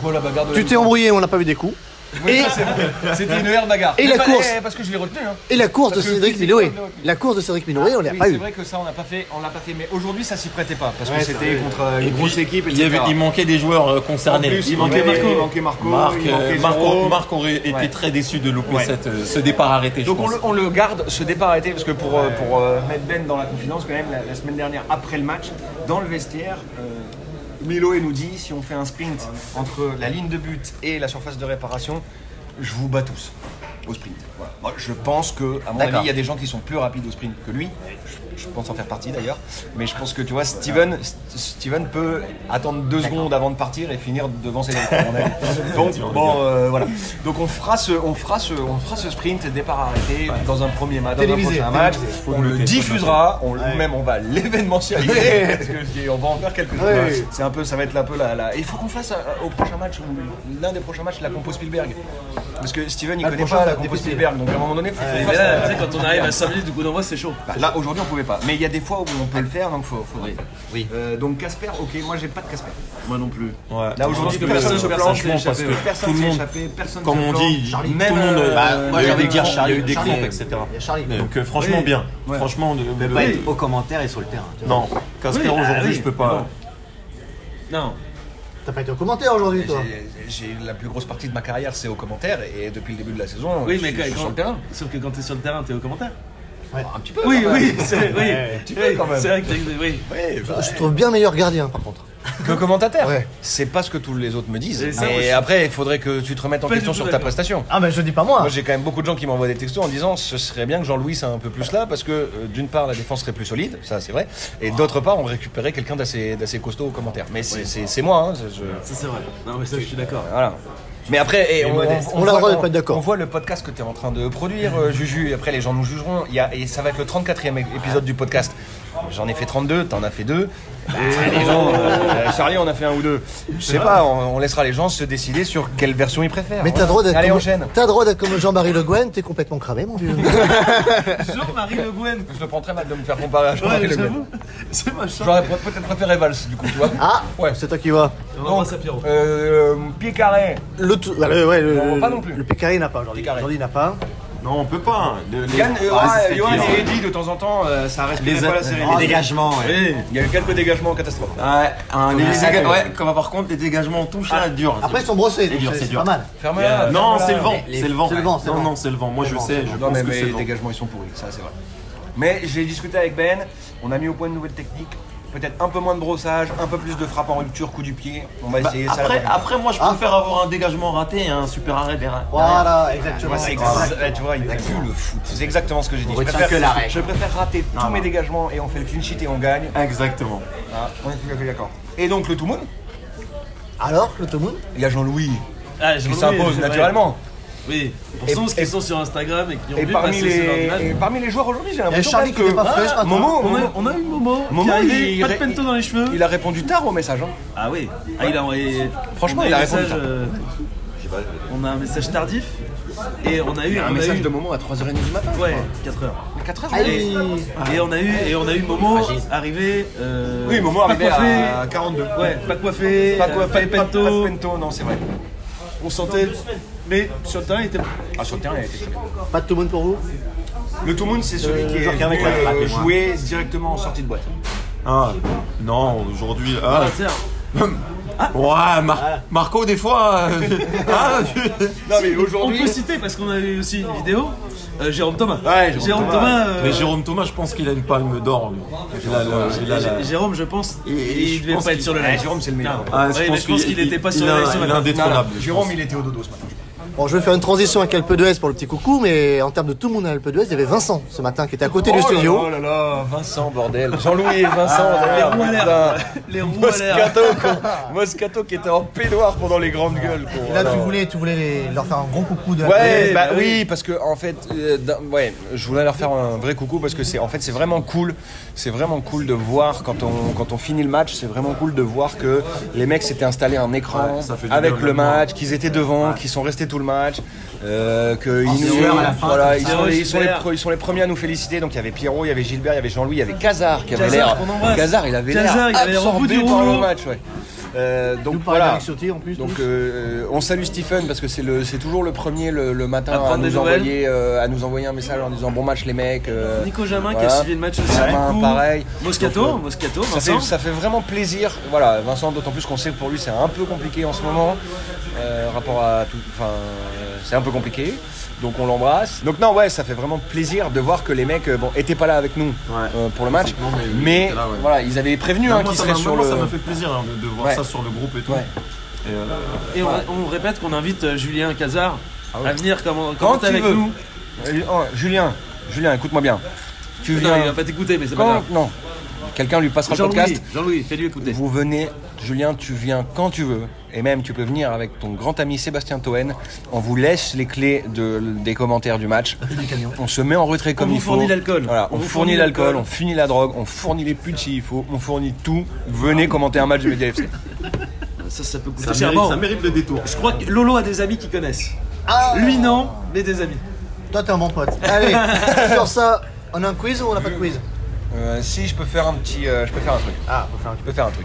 S9: Quoi la bagarre de
S8: Tu t'es embrouillé, on n'a pas eu des coups.
S9: Oui,
S8: Et-
S9: ça, c'est vrai. C'était une heure bagarre.
S8: Et
S9: Mais
S8: la
S9: pas-
S8: course.
S9: eh, Parce que je l'ai retenu hein.
S8: Et la course de
S9: Parce que
S8: Cédric
S9: physiquement,
S8: Minoé.
S9: je l'ai retenu.
S8: La course de Cédric Minoé, on l'a
S9: Oui,
S8: pas
S9: c'est
S8: eu.
S9: vrai que ça on l'a pas fait, on l'a pas fait. Mais aujourd'hui ça s'y prêtait pas parce
S8: Ouais,
S9: que
S8: c'est
S9: c'était
S8: vrai.
S9: contre
S10: Et
S9: euh, une
S10: puis,
S9: grosse équipe.
S10: il, y avait-
S9: etc.
S10: il manquait des joueurs euh, concernés.
S9: En plus, il manquait Marco.
S10: il
S9: manquait Marco,
S10: Marc,
S9: il manquait
S10: euh, Marc-
S9: Jérôme.
S10: Marc aurait été
S9: Ouais.
S10: très déçu de louper
S9: Ouais.
S10: cette, euh, ce départ arrêté.
S9: Donc
S10: je
S9: on
S10: pense.
S9: le, on le garde, ce départ arrêté, parce que pour, euh, pour euh, mettre Ben dans la confidence, quand même, la, la semaine dernière, après le match, dans le vestiaire, euh, Milo et nous dit si on fait un sprint entre la ligne de but et la surface de réparation, je vous bats tous au sprint. Voilà. Moi, je pense que, à mon
S19: D'accord.
S9: avis, il y a des gens qui sont plus rapides au sprint que lui. Je, je pense en faire partie d'ailleurs. Mais je pense que tu vois, Steven, S- Steven peut attendre deux secondes avant de partir et finir devant ses à mon avis. Donc bon, euh, voilà. Donc on fera ce, on fera ce, on fera ce sprint départ arrêté dans un premier match, dans un
S20: Télévisé,
S9: prochain match.
S20: télévisé. Faut
S9: On le
S20: noter, faut
S9: diffusera,
S20: noter.
S9: on,
S20: Ouais.
S9: ou même on va l'événementialiser parce que je dis, on va en faire quelque chose.
S20: Ouais.
S9: C'est un peu, ça va être un peu la. la- et Il faut qu'on fasse euh, au prochain match, ou l'un des prochains matchs, la compo Spielberg. Parce que Steven, il
S6: Ah, le
S9: connaît
S6: prochain,
S9: pas la
S6: ça va être
S9: compo
S6: difficile.
S9: Spielberg, donc à un moment donné, faut
S6: Ouais,
S9: qu'on
S6: mais
S9: fasse
S6: là,
S9: la-
S6: tu sais, quand on
S9: ah.
S6: arrive à 5 minutes du coup d'envoi, c'est chaud.
S9: Bah, là, aujourd'hui, on pouvait pas. Mais il y a des fois où on peut le faire, donc faut, faudrait. Oui. donc Casper, ok, moi j'ai pas de Casper.
S1: Moi non plus.
S9: Là aujourd'hui, personne ne se planche, parce que personne s'est échappé, personne
S1: Comme
S9: se
S1: on
S9: planche.
S1: dit,
S9: Charlie,
S1: tout
S9: même,
S1: le monde.
S9: euh,
S1: bah,
S9: moi,
S1: il y a eu
S9: j'avais
S1: des
S9: dit
S1: crampes,
S9: Charlie,
S1: il y a eu des
S9: Charlie,
S1: crampes,
S9: mais-
S1: etc.
S9: Il y a Charlie.
S1: Donc euh, franchement
S9: Oui.
S1: bien.
S9: Ouais.
S1: Franchement, de-
S9: Mais
S1: de-
S9: pas
S1: de-
S9: être
S1: aux commentaires et sur le terrain.
S9: tu vois.
S1: Non, Casper
S9: Oui, bah,
S1: aujourd'hui,
S9: oui.
S1: je peux pas.
S6: Non.
S9: Ah, T'as pas été au commentaire aujourd'hui, toi J'ai la plus grosse partie de ma carrière, c'est au commentaire, et depuis le début de la saison,
S6: Oui,
S9: je
S6: mais
S9: suis- je suis
S6: quand,
S9: sur le terrain.
S6: sauf que quand t'es sur le terrain, t'es au commentaire.
S9: Un petit peu.
S6: Oui,
S9: quand même.
S6: oui, c'est oui.
S9: Ouais.
S6: oui,
S9: Tu peux quand même.
S6: C'est vrai que t'as- oui.
S9: Je
S8: Bah, Je trouve bien meilleur gardien par contre.
S9: que commentateur. C'est pas ce que tous les autres me disent.
S8: Et ça, moi,
S9: Mais
S8: je-
S9: après, il faudrait que tu te remettes en
S8: Pas du
S9: question
S8: tout
S9: sur ta
S8: d'accord.
S9: prestation.
S8: Ah, mais je dis pas moi.
S9: Moi, j'ai quand même beaucoup de gens qui m'envoient des textos en disant ce serait bien que Jean-Louis soit un peu plus là parce que euh, d'une part la défense serait plus solide, ça c'est vrai, et d'autre part on récupérait quelqu'un d'assez d'assez costaud aux commentaires. Mais c'est- c'est c'est moi, hein, je-
S6: Ça, c'est vrai. Non, mais ça, je suis d'accord.
S9: Voilà. Mais après, et
S6: Mais
S9: on,
S6: modeste.
S9: on- on
S6: On a le
S9: voit-
S6: droit de
S9: on-
S6: pas être d'accord.
S9: on voit le podcast que tu es en train de produire, euh, Juju, et après les gens nous jugeront. Il y a- et ça va être le 34e é- épisode du podcast. J'en ai fait 32, t'en as fait deux. Et Ah, les gens, euh, Charlie en a fait un ou deux. Je sais pas, on, on laissera les gens se décider sur quelle version ils préfèrent.
S8: Mais
S9: Voilà.
S8: t'as le droit d'être
S9: Ah Allez,
S8: comme...
S9: enchaîne.
S8: t'as le droit d'être comme Jean-Marie Le Guen, t'es complètement cramé mon vieux.
S6: Jean-Marie Le Guen.
S9: Je le prends très mal de me faire comparer à Jean-Marie
S8: Ouais,
S9: Le Guen.
S8: j'avoue.
S6: C'est machin.
S9: J'aurais pr- peut-être préféré Valls, du coup, tu vois.
S8: Ah
S9: Ouais.
S8: C'est toi qui vois.
S9: Donc, euh, pied carré.
S8: Le tout. bah, le- ouais, le-
S9: On voit pas
S8: le-
S9: non plus.
S8: Le Pécaré n'a pas aujourd'hui. Aujourd'hui il n'a pas.
S1: Non, on peut pas.
S9: Yann, euh, ouais, Johan et Eddy de temps en temps, euh, ça respirait
S1: Ah, Les-
S9: pas la sérénité.
S1: les dégagements, ouais. Ah
S9: Oui, Il y a eu quelques dégagements en catastrophe.
S1: Ouais, un-
S9: Ouais,
S1: les
S9: ça,
S1: déga-
S9: ouais.
S1: ouais, comme par contre les dégagements en touche là, dur.
S8: Après, ils sont brossés,
S1: c'est
S8: donc
S1: dur,
S8: c'est-
S1: c'est
S8: c'est
S1: dur.
S8: pas mal.
S1: Ferme-la,
S8: Euh,
S1: non,
S8: ferme-la.
S1: c'est le vent,
S8: Les-
S1: c'est le vent.
S8: c'est le vent, c'est le
S1: Non,
S8: vent.
S1: non, c'est le vent. Moi,
S8: C'est
S1: je
S8: le vent,
S1: sais,
S8: c'est
S1: je
S8: le
S9: Non,
S1: pense
S9: mais,
S1: que
S9: mais
S1: c'est le
S9: les
S1: vent.
S9: dégagements ils sont pourris, ça c'est vrai. Mais j'ai discuté avec Ben, on a mis au point de nouvelles techniques, peut-être un peu moins de brossage, un peu plus de frappe en rupture, coup du pied. On va
S1: Bah,
S9: essayer ça. la
S1: après,
S9: prochaine
S1: après,
S10: Ah.
S1: moi, je préfère avoir un dégagement raté et un super arrêt derrière.
S8: Voilà,
S9: Tu
S8: exactement.
S9: vois, c'est exact- ouais, tu vois, il pue le foot. C'est exactement ce que j'ai dit.
S1: On
S9: Je
S1: retient
S9: préfère,
S1: que l'arrêt.
S9: je préfère rater tous
S1: Non,
S9: mes
S1: non.
S9: dégagements et on fait le clean sheet et on gagne.
S1: Exactement.
S9: Ah, on est tout à fait d'accord. Et donc le tout moon
S8: Alors, le tout moon
S9: Il y a Jean-Louis
S6: Ah,
S9: qui
S6: Jean-Louis,
S9: s'impose
S6: c'est vrai.
S9: naturellement.
S6: Oui. Pour
S9: Et-
S6: ceux qui sont sur Instagram et qui ont
S9: Et
S6: vu
S9: parmi,
S6: passer ce genre de
S9: les,
S6: match.
S9: et parmi les joueurs aujourd'hui, j'ai
S6: Il y a
S9: l'impression
S6: Charlie
S9: presque
S6: qui n'est pas frais ce matin.
S9: Momo,
S6: On a-
S9: Momo-
S6: on a eu Momo qui est arrivé, pas de pento dans les cheveux.
S9: Il a répondu tard au message. hein.
S6: Ah oui. Ah, il a envoyé.
S9: Franchement,
S6: on
S9: il a
S6: eu un
S9: répondu
S6: message,
S9: tard.
S6: euh, On a un message tardif. Et on a eu.
S9: Il y a un
S6: on a
S9: message
S6: eu-
S9: de Momo à 3h30 du matin.
S6: Ouais, 4h.
S9: 4h
S6: Et, et on a eu et on a eu Momo arrivé. euh,
S9: Oui, Momo
S6: pas
S9: arrivé
S6: coiffé.
S9: à 42.
S6: Ouais, pas coiffé,
S9: Pas coiffé,
S6: pas de pento.
S9: pas de pento, non, c'est vrai.
S6: On sentait. Mais sur le terrain, il était.
S9: Ah, sur le terrain, il était très bien.
S8: Pas de tout moon pour vous
S9: Le tout moon, c'est celui
S8: Euh,
S9: qui est
S8: genre qui avec
S9: venu,
S8: la frappe,
S9: euh,
S8: moi.
S9: joué directement en sortie de boîte.
S1: Ah, non, aujourd'hui.
S9: Ah,
S1: Ah,
S9: tiens.
S1: Ouais, Mar- Marco, des fois. euh, ah,
S9: Non mais
S6: On peut citer parce qu'on a eu aussi une vidéo. euh, Jérôme Thomas.
S1: Jérôme
S6: Jérôme
S1: Thomas.
S6: Thomas. euh,
S1: Mais Jérôme Thomas, je pense qu'il a une palme d'or. lui. Il a la- il a la-
S6: Jé- Jérôme, je pense, il,
S1: je
S6: devait
S1: pense
S6: pas être
S1: qu'il-
S6: sur le
S1: Ouais,
S6: live.
S1: Jérôme, c'est le meilleur.
S6: Non.
S1: Ah, je
S6: Ouais, mais
S1: pense
S6: je pense
S1: qu'il-
S6: qu'il n'était pas
S1: il-
S6: sur
S1: il
S6: le
S1: a-
S6: live ce
S1: il a
S6: matin.
S1: indétrônable.
S6: Non, non.
S9: Jérôme, il était au dodo ce matin.
S8: Bon, je vais faire une transition avec Alpe d'Huez pour le petit coucou, mais en termes de tout moon à Alpe d'Huez, il y avait Vincent ce matin qui était à côté du studio.
S9: Oh là là, Vincent, bordel. Jean-Louis et Vincent,
S8: Ah,
S9: bordel.
S8: les roues à
S6: l'air. Les
S9: Moscato, quoi. Moscato qui était en pédoir pendant les grandes gueules. quoi.
S8: Et là, tu
S9: Alors.
S8: voulais, tu voulais les- leur faire un gros coucou de
S9: Ouais, bah oui, parce que en fait, euh, d'un- ouais, je voulais leur faire un vrai coucou parce que c'est en fait c'est vraiment cool, c'est vraiment cool de voir quand on quand on finit le match, c'est vraiment cool de voir que les mecs s'étaient installés un écran
S1: Ouais, ça fait du
S9: avec
S1: bien,
S9: le
S1: vraiment.
S9: match, qu'ils étaient devant, qu'ils sont restés tout le match, euh, que
S1: En
S9: ils nous-
S1: sueur Ah, à la fin,
S9: voilà,
S1: comme
S9: ils
S1: ça.
S9: sont, les, ils sont les
S1: Gilbert.
S9: pre- ils sont les premiers à nous féliciter. Donc il y avait Pierrot, il y avait Gilbert, il y avait Jean-Louis, il y avait Cazard qui avait
S6: Cazard
S9: l'air,
S6: qu'on embrasse.
S9: Cazard, il avait l'air
S6: Cazard, il avait l'air au bout
S9: absorbé
S6: du
S9: par le
S6: rouleau.
S9: match, ouais. Euh, donc
S8: Nous parler
S9: voilà.
S8: d'Alex Sauté, en plus,
S9: donc
S8: tous.
S9: euh, on salue Stephen parce que c'est le c'est toujours le premier le, le matin
S21: À
S9: à,
S21: prendre des
S9: nous
S21: nouvelles.
S9: envoyer euh, à nous envoyer un message en disant bon match les mecs. euh,
S21: Nico Jamin qui a
S9: voilà.
S21: suivi le match aussi.
S9: Jamin,
S21: Beaucoup.
S9: pareil.
S21: Moscato,
S9: Donc, euh,
S21: Moscato,
S9: ça
S21: Vincent.
S9: fait, ça fait vraiment plaisir. Voilà, Vincent, d'autant plus qu'on sait que pour lui c'est un peu compliqué en ce moment. euh, rapport à tout. Enfin, euh, c'est un peu compliqué. Donc on l'embrasse. Donc non, ouais, ça fait vraiment plaisir de voir que les mecs, euh, bon, étaient pas là avec nous euh, pour le match, mais, voilà, ils avaient prévenu
S10: Non,
S9: hein,
S10: moi,
S9: qu'ils
S10: ça
S9: seraient
S10: m'a-
S9: sur
S10: moi,
S9: le.
S10: ça m'a fait plaisir hein, de, de voir
S9: Ouais.
S10: ça sur le groupe et tout. Et, euh,
S21: Et on,
S10: voilà.
S21: on répète qu'on invite euh, Julien Cazard à venir comment-
S9: Quand
S21: commenter
S9: tu
S21: avec
S9: veux.
S21: nous.
S9: Euh, oh, Julien, Julien, écoute-moi bien. Tu
S21: Non,
S9: viens.
S21: il va pas t'écouter, mais c'est pas
S9: Quand-
S21: grave.
S9: Non. Quelqu'un lui passera le
S21: Jean-Louis,
S9: podcast.
S21: Jean-Louis, fais-lui écouter.
S9: Vous venez, Julien, tu viens quand tu veux. Et même, tu peux venir avec ton grand ami Sébastien Toen. On vous laisse les clés de- des commentaires du match. On se met en retrait comme
S21: vous
S9: il faut.
S21: fournit l'alcool.
S9: Voilà,
S21: On
S9: on,
S21: vous
S9: fournit
S21: fournit
S9: l'alcool, on
S21: l'alcool.
S9: fournit la drogue, on fournit les putes s'il faut, on fournit tout. Venez commenter un match du Média FC.
S21: Ça, ça peut coûter
S10: Ça
S21: cher.
S10: mérite-
S21: Bon,
S10: ça mérite le détour.
S21: Je crois que Lolo a des amis qui connaissent. Lui non, mais des amis.
S8: Toi, t'es un bon pote. Allez, sur ça, on a un quiz ou on n'a pas de quiz
S9: Euh, si je peux faire un petit. euh, je peux faire un truc.
S8: Ah,
S9: je peux faire un truc.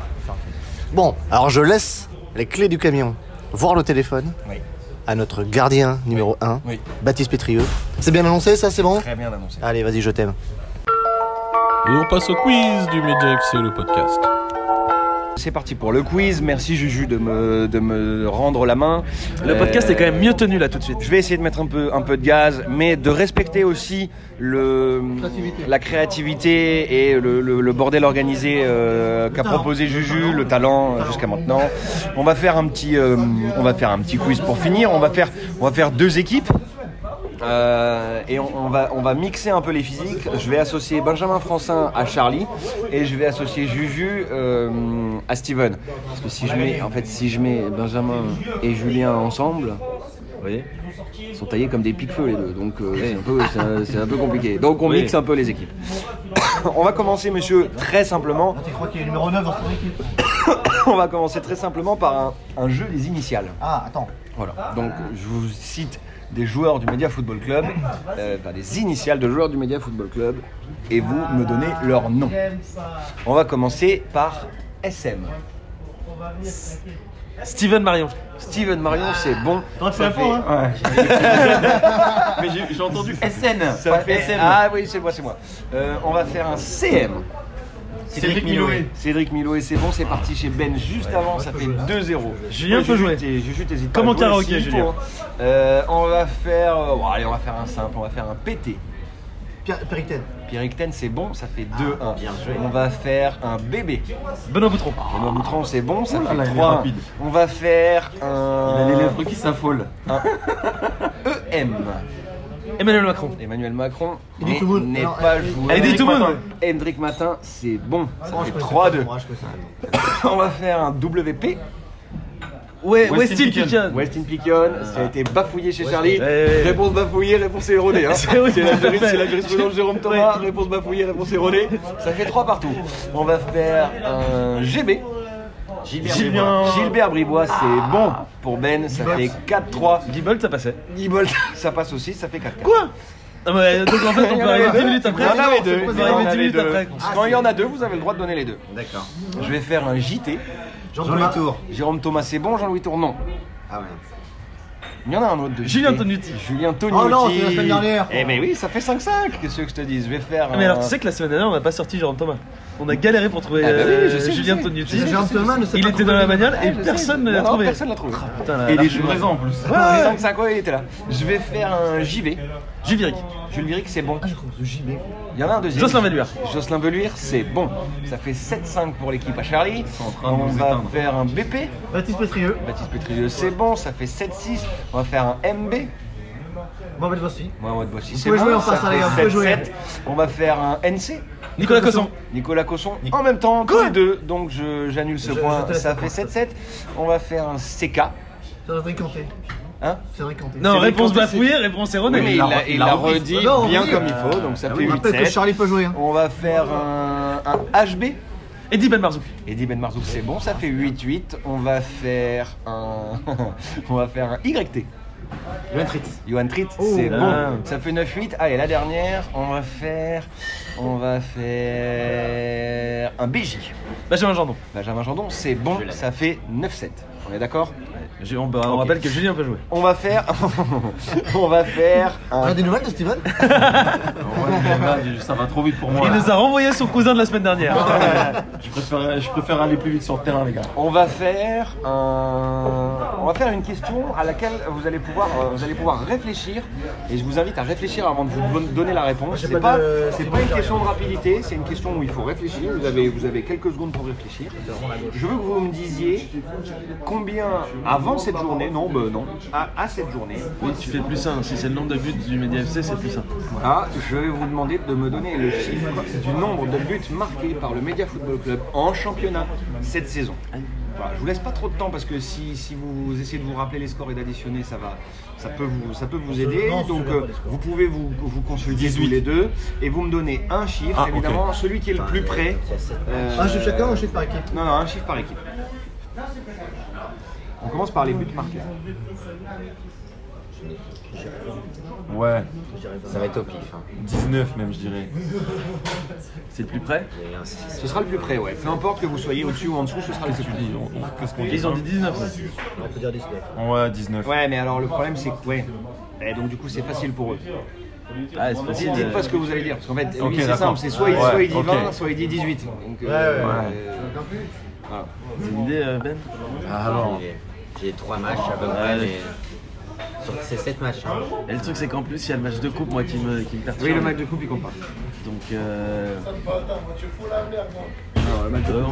S8: Bon, alors je laisse les clés du camion, voir le téléphone,
S9: Oui.
S8: à notre gardien numéro 1,
S9: Oui.
S8: Baptiste Pétrieux. C'est bien annoncé, ça, c'est bon
S9: Très bien annoncé.
S8: Allez, vas-y, je t'aime.
S7: Et on passe au quiz du Média FC, le podcast.
S9: C'est parti pour le quiz. Merci Juju de me, de me rendre la main.
S21: Le podcast est quand même mieux tenu là tout de suite.
S9: Je vais essayer de mettre un peu, un peu de gaz, mais de respecter aussi le, la créativité et le, le- le bordel organisé euh, qu'a proposé Juju, le talent euh, jusqu'à maintenant. On va faire un petit, euh, on va faire un petit quiz pour finir. On va faire, on va faire deux équipes. Euh, et on, on va, on va mixer un peu les physiques. Je vais associer Benjamin Francin à Charlie et je vais associer Juju euh, à Steven. Parce que si je mets, en fait, si je mets Benjamin et Julien ensemble, vous voyez, ils sont taillés comme des pique-feux les deux. Donc euh, c'est un peu- c'est un, c'est un peu compliqué. Donc on
S21: Oui.
S9: mixe un peu les équipes. on va commencer, monsieur, très simplement.
S8: Je Ah, crois qu'il est numéro 9 dans son équipe.
S9: on va commencer très simplement par un, un jeu des initiales.
S8: Ah, attends.
S9: Voilà. Donc, je vous cite des joueurs du Media Football Club, euh, enfin, des initiales de joueurs du Media Football Club, et vous me donnez leur nom. On va commencer par SM.
S21: Steven Marion.
S9: Steven Marion, c'est bon.
S21: Toi, tu
S9: Ça
S21: l'as
S9: fait-
S21: pas, hein
S9: Ouais.
S21: Mais j'ai- j'ai entendu.
S9: SN.
S21: Ça
S9: Pas
S21: fait SM.
S9: Ah oui, c'est moi, c'est moi. Euh, on va faire un CM.
S21: Cédric Miloé.
S9: Cédric Miloé, c'est bon, c'est parti chez Ben juste avant, ça fait 2-0.
S21: Julien
S9: Ouais,
S21: peut
S9: Juju,
S21: jouer.
S9: t'es- Juju, t'hésites
S21: Comme
S9: pas à
S21: en
S9: jouer
S21: karaoké,
S9: s'il
S21: Julien.
S9: faut, hein. Euh, on va faire. euh, bon, allez, on va faire un simple, on va faire un PT.
S8: Péricten.
S9: Péricten, c'est bon, ça fait 2-1.
S10: Ah,
S9: On va faire un bébé.
S21: Benoît Boutron.
S9: Benoît Boutron, c'est bon, ça
S10: Oh là,
S9: fait
S10: il est
S9: 3
S10: rapide.
S9: On va faire un.
S10: Il a
S21: Euh,
S10: les lèvres qui s'affolent.
S9: Un EM.
S21: Emmanuel Macron.
S9: Emmanuel Macron
S8: Eddie
S9: n'est-
S8: Toumoun.
S9: n'est
S8: Non,
S9: pas
S8: Eddie-
S9: joué.
S21: Eddie Toumoun,
S9: Matin.
S21: ouais.
S9: Hendrik Matin, c'est bon. Ça
S8: Moi, je
S9: fait
S8: connais
S9: 3-2.
S8: Moi, je connais ça.
S9: On va faire un WP.
S21: Ouais, Westin Piquion.
S9: Westin Piquion, ça a été bafouillé chez Charlie.
S21: Ouais, ouais, ouais.
S9: Réponse bafouillée, réponse erronée. hein.
S21: C'est oui,
S9: C'est la,
S21: tout à
S9: juris-
S21: fait.
S9: c'est la jurisprudence Jérôme Thomas. Réponse bafouillée, réponse erronée. Ça fait 3 partout. On va faire un GB. Gilbert, Bribois. Gilbert Bribois,
S21: Ah.
S9: c'est bon pour Ben, ça fait 4-3.
S21: Gibolt, ça passait.
S9: Dibolt, ça passe aussi, ça fait 4-4.
S21: Quoi Ah, mais, Donc en fait, on
S9: Il y
S21: peut
S9: en avait
S21: arriver 10
S9: deux.
S21: minutes après.
S9: Il y en avait deux.
S21: On
S9: Il
S21: peut
S9: y en
S21: arriver 10
S9: avait
S21: minutes
S9: deux.
S6: Ah,
S21: après.
S9: Quand il y en a deux, vous avez le droit de donner les deux. D'accord. Je vais faire un JT.
S8: Jean-Louis Tour.
S9: Jérôme Thomas, c'est bon, Jean-Louis Tour, non.
S8: Ah ouais.
S9: Il y en a un autre de
S21: Julien
S9: JT.
S21: Tonuti.
S9: Julien Tonuti.
S8: Oh non, c'est la semaine dernière.
S9: Eh ben oui, ça fait 5-5. Qu'est-ce que je te dis Je vais faire.
S21: Ah, Mais
S9: un-
S6: Euh,
S21: alors, tu sais que la semaine dernière, on n'a pas sorti Jérôme Thomas. On a galéré pour trouver
S9: Ah bah oui,
S21: euh,
S9: je sais, je
S21: Julien
S9: sais.
S21: Tonuti.
S9: Je sais,
S8: Jérôme Thomas ne sait
S21: Il
S8: pas
S21: était dans la bagnole
S9: Ah,
S21: et
S9: je sais.
S21: personne ne
S9: Non,
S21: l'a
S6: Bah,
S9: non,
S21: trouvé. Ah,
S9: Personne l'a trouvé. Ah,
S21: Putain, la-
S9: Et
S21: la
S9: les
S21: fumée.
S9: joueurs en plus.
S21: Ouais,
S6: Ah,
S21: ouais.
S9: 5-5, ouais, il était là. Je vais faire un JV.
S21: Juviric.
S9: Jules Viric, c'est bon.
S8: Ah, je crois que JB.
S9: Il y en a un deuxième.
S21: Jocelyn Veluire.
S9: Jocelyn Veluire, c'est bon. Ça fait 7-5 pour l'équipe à Charlie.
S10: de
S9: On
S10: nous
S9: va
S10: éteindre.
S9: faire un BP.
S8: Baptiste Pétrieux.
S9: Baptiste Petrieux, c'est bon. Ça fait 7-6. On va faire un MB.
S8: Mohamed Bossi.
S9: Mohamed Bossi,
S8: Vous
S9: c'est
S8: pouvez
S9: bon.
S8: jouer en
S9: ça
S8: face, les gars, vous
S9: fait
S8: pouvez jouer.
S9: 7-7. On va faire un NC.
S21: Nicolas Cosson.
S9: Nicolas Cosson en même temps, tous les deux. Donc je- j'annule ce
S8: Je-
S9: point.
S8: je te laisse
S9: ça
S8: le
S9: fait
S8: point.
S9: 7-7. On va faire un CK.
S8: Cédric Canté.
S9: Hein
S8: Cédric Canté.
S21: Non,
S9: Cédric
S21: réponse
S9: Canté,
S21: bafouillée, réponse
S9: Oui,
S21: erronée.
S9: mais il l'a- il l'a redit
S8: Ah non,
S9: bien
S8: oui.
S9: comme il faut, donc ça
S8: Ah
S9: fait
S8: oui, je rappelle que
S9: 8-7.
S8: Charlie peut jouer. hein.
S9: On va faire un, un HB.
S21: Eddie Ben Marzouk.
S9: Eddie Ben Marzouk, c'est bon, ça fait 8-8. On va faire un. On va faire un YT.
S8: Johan Tritz.
S9: Johan Tritt,
S8: Oh
S9: c'est
S21: là.
S9: bon. Ça fait 9-8. Allez, la dernière, on va faire On va faire un BJ.
S6: Benjamin Jandon.
S9: Benjamin Jandon, c'est bon, ça fait 9-7. On est d'accord
S6: on, rappelle que Julien peut jouer.
S9: On va faire. on va faire.
S8: T'as des nouvelles de Steven
S22: Ça va trop vite pour moi.
S6: Il
S22: là.
S6: nous a renvoyé son cousin de la semaine dernière.
S22: Je préfère, je préfère aller plus vite sur le terrain, les gars.
S9: On va faire un- on va faire une question à laquelle vous allez pouvoir euh, vous allez pouvoir réfléchir et je vous invite à réfléchir avant de vous don- donner la réponse.
S6: j'ai
S9: C'est
S6: pas
S9: pas
S6: de-
S9: c'est
S6: c'est
S9: pas
S6: bon,
S9: une
S6: j'ai
S9: question de rapidité, c'est une question où il faut réfléchir. Vous avez vous avez quelques secondes pour réfléchir. Je veux que vous me disiez combien avant cette journée, non ben non, à, à cette journée.
S6: Oui, tu fais plus simple. Si c'est le nombre de buts du Média FC, c'est plus simple.
S9: Voilà, je vais vous demander de me donner le chiffre du nombre de buts marqués par le Media Football Club en championnat cette saison. Voilà, je vous laisse pas trop de temps parce que si, si vous essayez de vous rappeler les scores et d'additionner, ça va, ça peut vous, ça peut vous aider.
S22: Non,
S9: Donc
S22: celui-là,
S9: euh,
S22: pas les scores.
S9: vous pouvez vous, vous consulter tous
S22: 18.
S9: les deux et vous me donnez un chiffre,
S22: Ah, ok.
S9: évidemment, celui qui est le plus près.
S8: Un chiffre chacun ou un
S9: chiffre par équipe Non, non, un chiffre par équipe. On commence par les buts marqués.
S5: Ouais.
S10: Ça va être au pif. hein.
S5: 19 même, je dirais.
S6: C'est le plus près
S9: Ce sera le plus près, ouais. Peu importe que vous soyez au-dessus ou en dessous, ce sera le plus près.
S6: Ils ont dit 19.
S9: On peut dire 19.
S5: Ouais, 19.
S9: Ouais, mais alors le problème c'est que ouais. Et donc du coup c'est facile pour eux.
S6: Ah, c'est facile,
S9: Dites, dites
S6: euh.
S9: pas ce que vous allez dire parce qu'en fait lui,
S6: Ok,
S9: c'est
S6: d'accord.
S9: simple, c'est soit, il-
S6: Ouais,
S9: soit il dit
S6: ok.
S9: 20, soit il dit 18. Donc,
S6: Ouais,
S9: euh,
S6: ouais.
S9: euh, voilà.
S6: C'est une idée, euh, Ben
S10: Alors. J'ai trois matchs à peu près, mais sur ces 7 matchs. hein.
S6: Et le truc, c'est qu'en plus, il y a le match de coupe, moi, qui me, qui me perturbe.
S10: Oui, le match de
S9: coupe, il compte pas.
S6: Donc, euh... euh,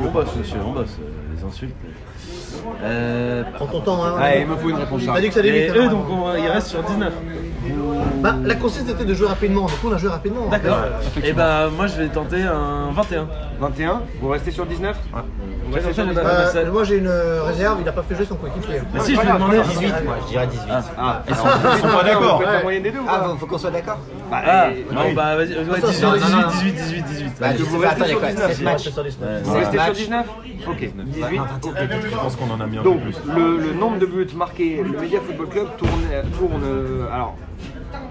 S6: on bosse, monsieur, on bosse. euh, Les insultes. Euh...
S8: Prends ton temps, hein.
S6: Ouais, il me faut une réponse,
S8: Il
S6: là.
S8: m'a dit que ça allait
S6: Mais
S8: vite,
S6: eux,
S8: hein.
S6: donc, on- ils restent sur 19.
S8: Bah, la consiste était de jouer rapidement, donc on a joué rapidement. hein. Euh,
S6: D'accord.
S8: Ouais.
S6: Et bah, moi, je vais tenter un 21.
S9: 21 Vous restez sur 19
S6: Ouais.
S8: Ouais,
S6: Comme
S8: c'est ça,
S6: ça, j'ai
S8: mais
S6: pas
S8: bah,
S6: ma salle.
S8: moi j'ai une euh, réserve, il a pas fait jouer son coéquipier.
S6: Bah si, je lui ai demandé 18, moi,
S10: je dirais 18.
S9: Ah,
S6: ils sont- ils sont pas d'accord.
S9: La moyenne des deux ou
S10: Ah, faut, faut qu'on soit d'accord
S9: Bah,
S6: Ah,
S9: et-
S6: non, bah, vas-y, ouais, 18, 18, 18, 18, 18.
S10: Bah,
S6: Allez.
S10: je vous reste sur 19. matchs.
S9: Vous restez sur 19 Ok, 18.
S5: Ah, Je pense qu'on en a mis un
S9: Donc,
S5: peu plus.
S9: le, le nombre de buts marqués, le Media Football Club tourne. tourne euh, alors,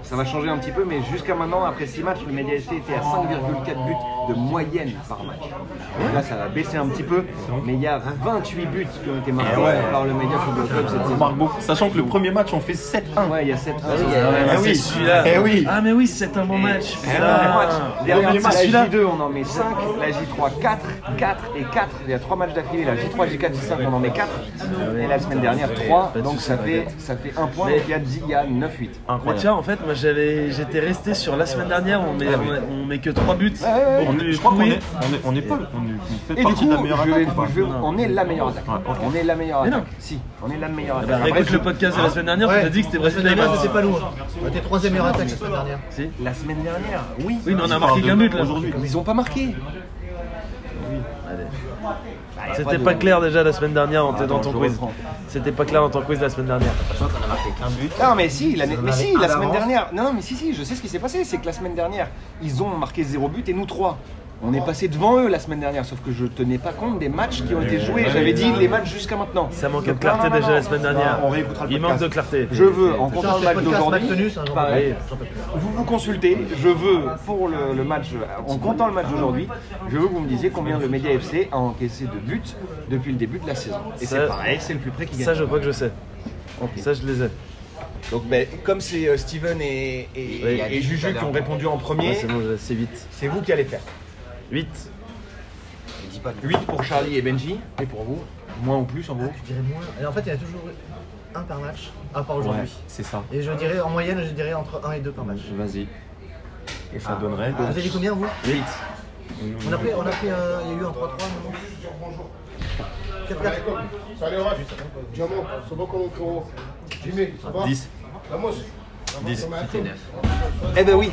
S9: ça va changer un petit peu, mais jusqu'à maintenant, après 6 matchs, le Media FC était à 5,4 buts de moyenne par match. Donc là, ça va baisser un petit peu, mais il y a 28 buts qui ont été marqués
S5: Eh ouais.
S9: par le Media Football Club cette
S5: On
S9: saison.
S5: marque beaucoup. Sachant que le premier match, on fait 7-1.
S9: Ouais, il y a 7
S5: oui,
S6: Ah ouais,
S5: eh
S6: c'est
S5: oui.
S6: celui-là.
S5: Eh oui.
S6: Ah, mais oui, c'est un bon match.
S9: Eh ouais,
S6: putain.
S9: match. Dernier
S6: Regarde,
S9: match,
S6: c'est
S9: la
S6: celui-là.
S9: J2, on en met 5, la J3, 4, 4 et 4. Il y a 3 matchs d'affilée, la J3, J4, J5, on en met 4. Et la semaine dernière, 3. Donc ça fait, ça fait 1 point,
S6: Mais-
S9: donc il y a 10, il y a 9-8.
S6: Mais tiens, en fait, moi j'avais, j'étais resté sur la semaine dernière, on met,
S9: Ah oui.
S6: on, on met que 3 buts.
S9: ouais,
S6: On
S9: ouais.
S6: est
S9: Je crois qu'on
S6: pourri.
S9: est-
S5: On n'est pas. On est- on fait
S9: Et du
S5: partie
S9: coup,
S5: de la meilleure
S9: je vais-
S5: attaque. ou pas
S9: je vais- on est la meilleure attaque.
S5: Ouais, ok.
S9: On est la meilleure
S5: Mais non.
S9: attaque. Si, on est la meilleure
S6: Eh
S9: attaque.
S6: ben,
S9: Après,
S6: réécoute
S9: je-
S6: le podcast de la semaine dernière, on t'a dit que c'était
S8: La
S6: Brésil
S8: semaine dernière,
S6: Damas.
S8: c'était pas lourd. On était troisième meilleure attaque la semaine dernière.
S6: Si.
S9: La semaine dernière Oui.
S6: Oui, mais on a marqué qu'un but là aujourd'hui.
S9: Mais ils ont pas marqué.
S6: C'était pas clair déjà la semaine dernière en
S9: Attends,
S6: dans ton
S9: je
S6: quiz.
S9: reprends.
S6: C'était pas clair dans ton quiz la semaine dernière.
S9: Non mais si, la,
S6: Ils en
S9: mais
S6: avaient
S9: si,
S6: un
S9: la semaine
S6: d'avance.
S9: dernière. Ah Non, non, mais si si, je sais ce qui s'est passé, c'est que la semaine dernière, ils ont marqué 0 but et nous 3. On est passé devant eux la semaine dernière, sauf que je tenais pas compte des matchs qui ont été joués. J'avais dit les matchs jusqu'à maintenant.
S6: Ça manquait de
S9: Donc, non,
S6: clarté
S9: non, non,
S6: déjà
S9: non.
S6: la semaine dernière.
S9: Non, on réécoutera le
S6: Il
S9: podcast.
S6: manque de clarté.
S9: Je veux, en comptant
S8: Genre,
S9: le
S8: c'est
S9: match
S8: le podcast
S9: d'aujourd'hui,
S8: Mac Tenus, hein, genre,
S9: pareil.
S8: ouais, j'en peux
S9: vous vous consultez, je veux, pour le, le match, en comptant le match d'aujourd'hui, je veux que vous me disiez combien le Média FC a encaissé de buts depuis le début de la saison. Et
S6: Ça-
S9: c'est pareil, c'est le plus près qui gagne.
S6: Ça, je crois que je sais. Ça, je les ai.
S9: Donc, ben, comme c'est euh, Steven et, et,
S6: Oui.
S9: et Juju qui ont répondu en premier,
S6: Ouais, c'est bon, je l'ai, c'est vite.
S9: c'est vous qui allez faire.
S6: 8.
S9: 8 pour Charlie et Benji, et pour vous, moins ou plus en gros.
S8: Je dirais moins. Et en fait, il y en a toujours un par match, à part aujourd'hui.
S9: Ouais, c'est ça.
S8: Et je dirais, en moyenne, je dirais entre 1 et 2 par match.
S5: Vas-y. Et ça
S8: Ah.
S5: donnerait.
S8: Vous avez dit combien, vous
S5: 8.
S8: On a pris, on a pris un, il y a eu un 3-3, non
S5: 10. 10. C'était
S9: 9. Eh ben oui,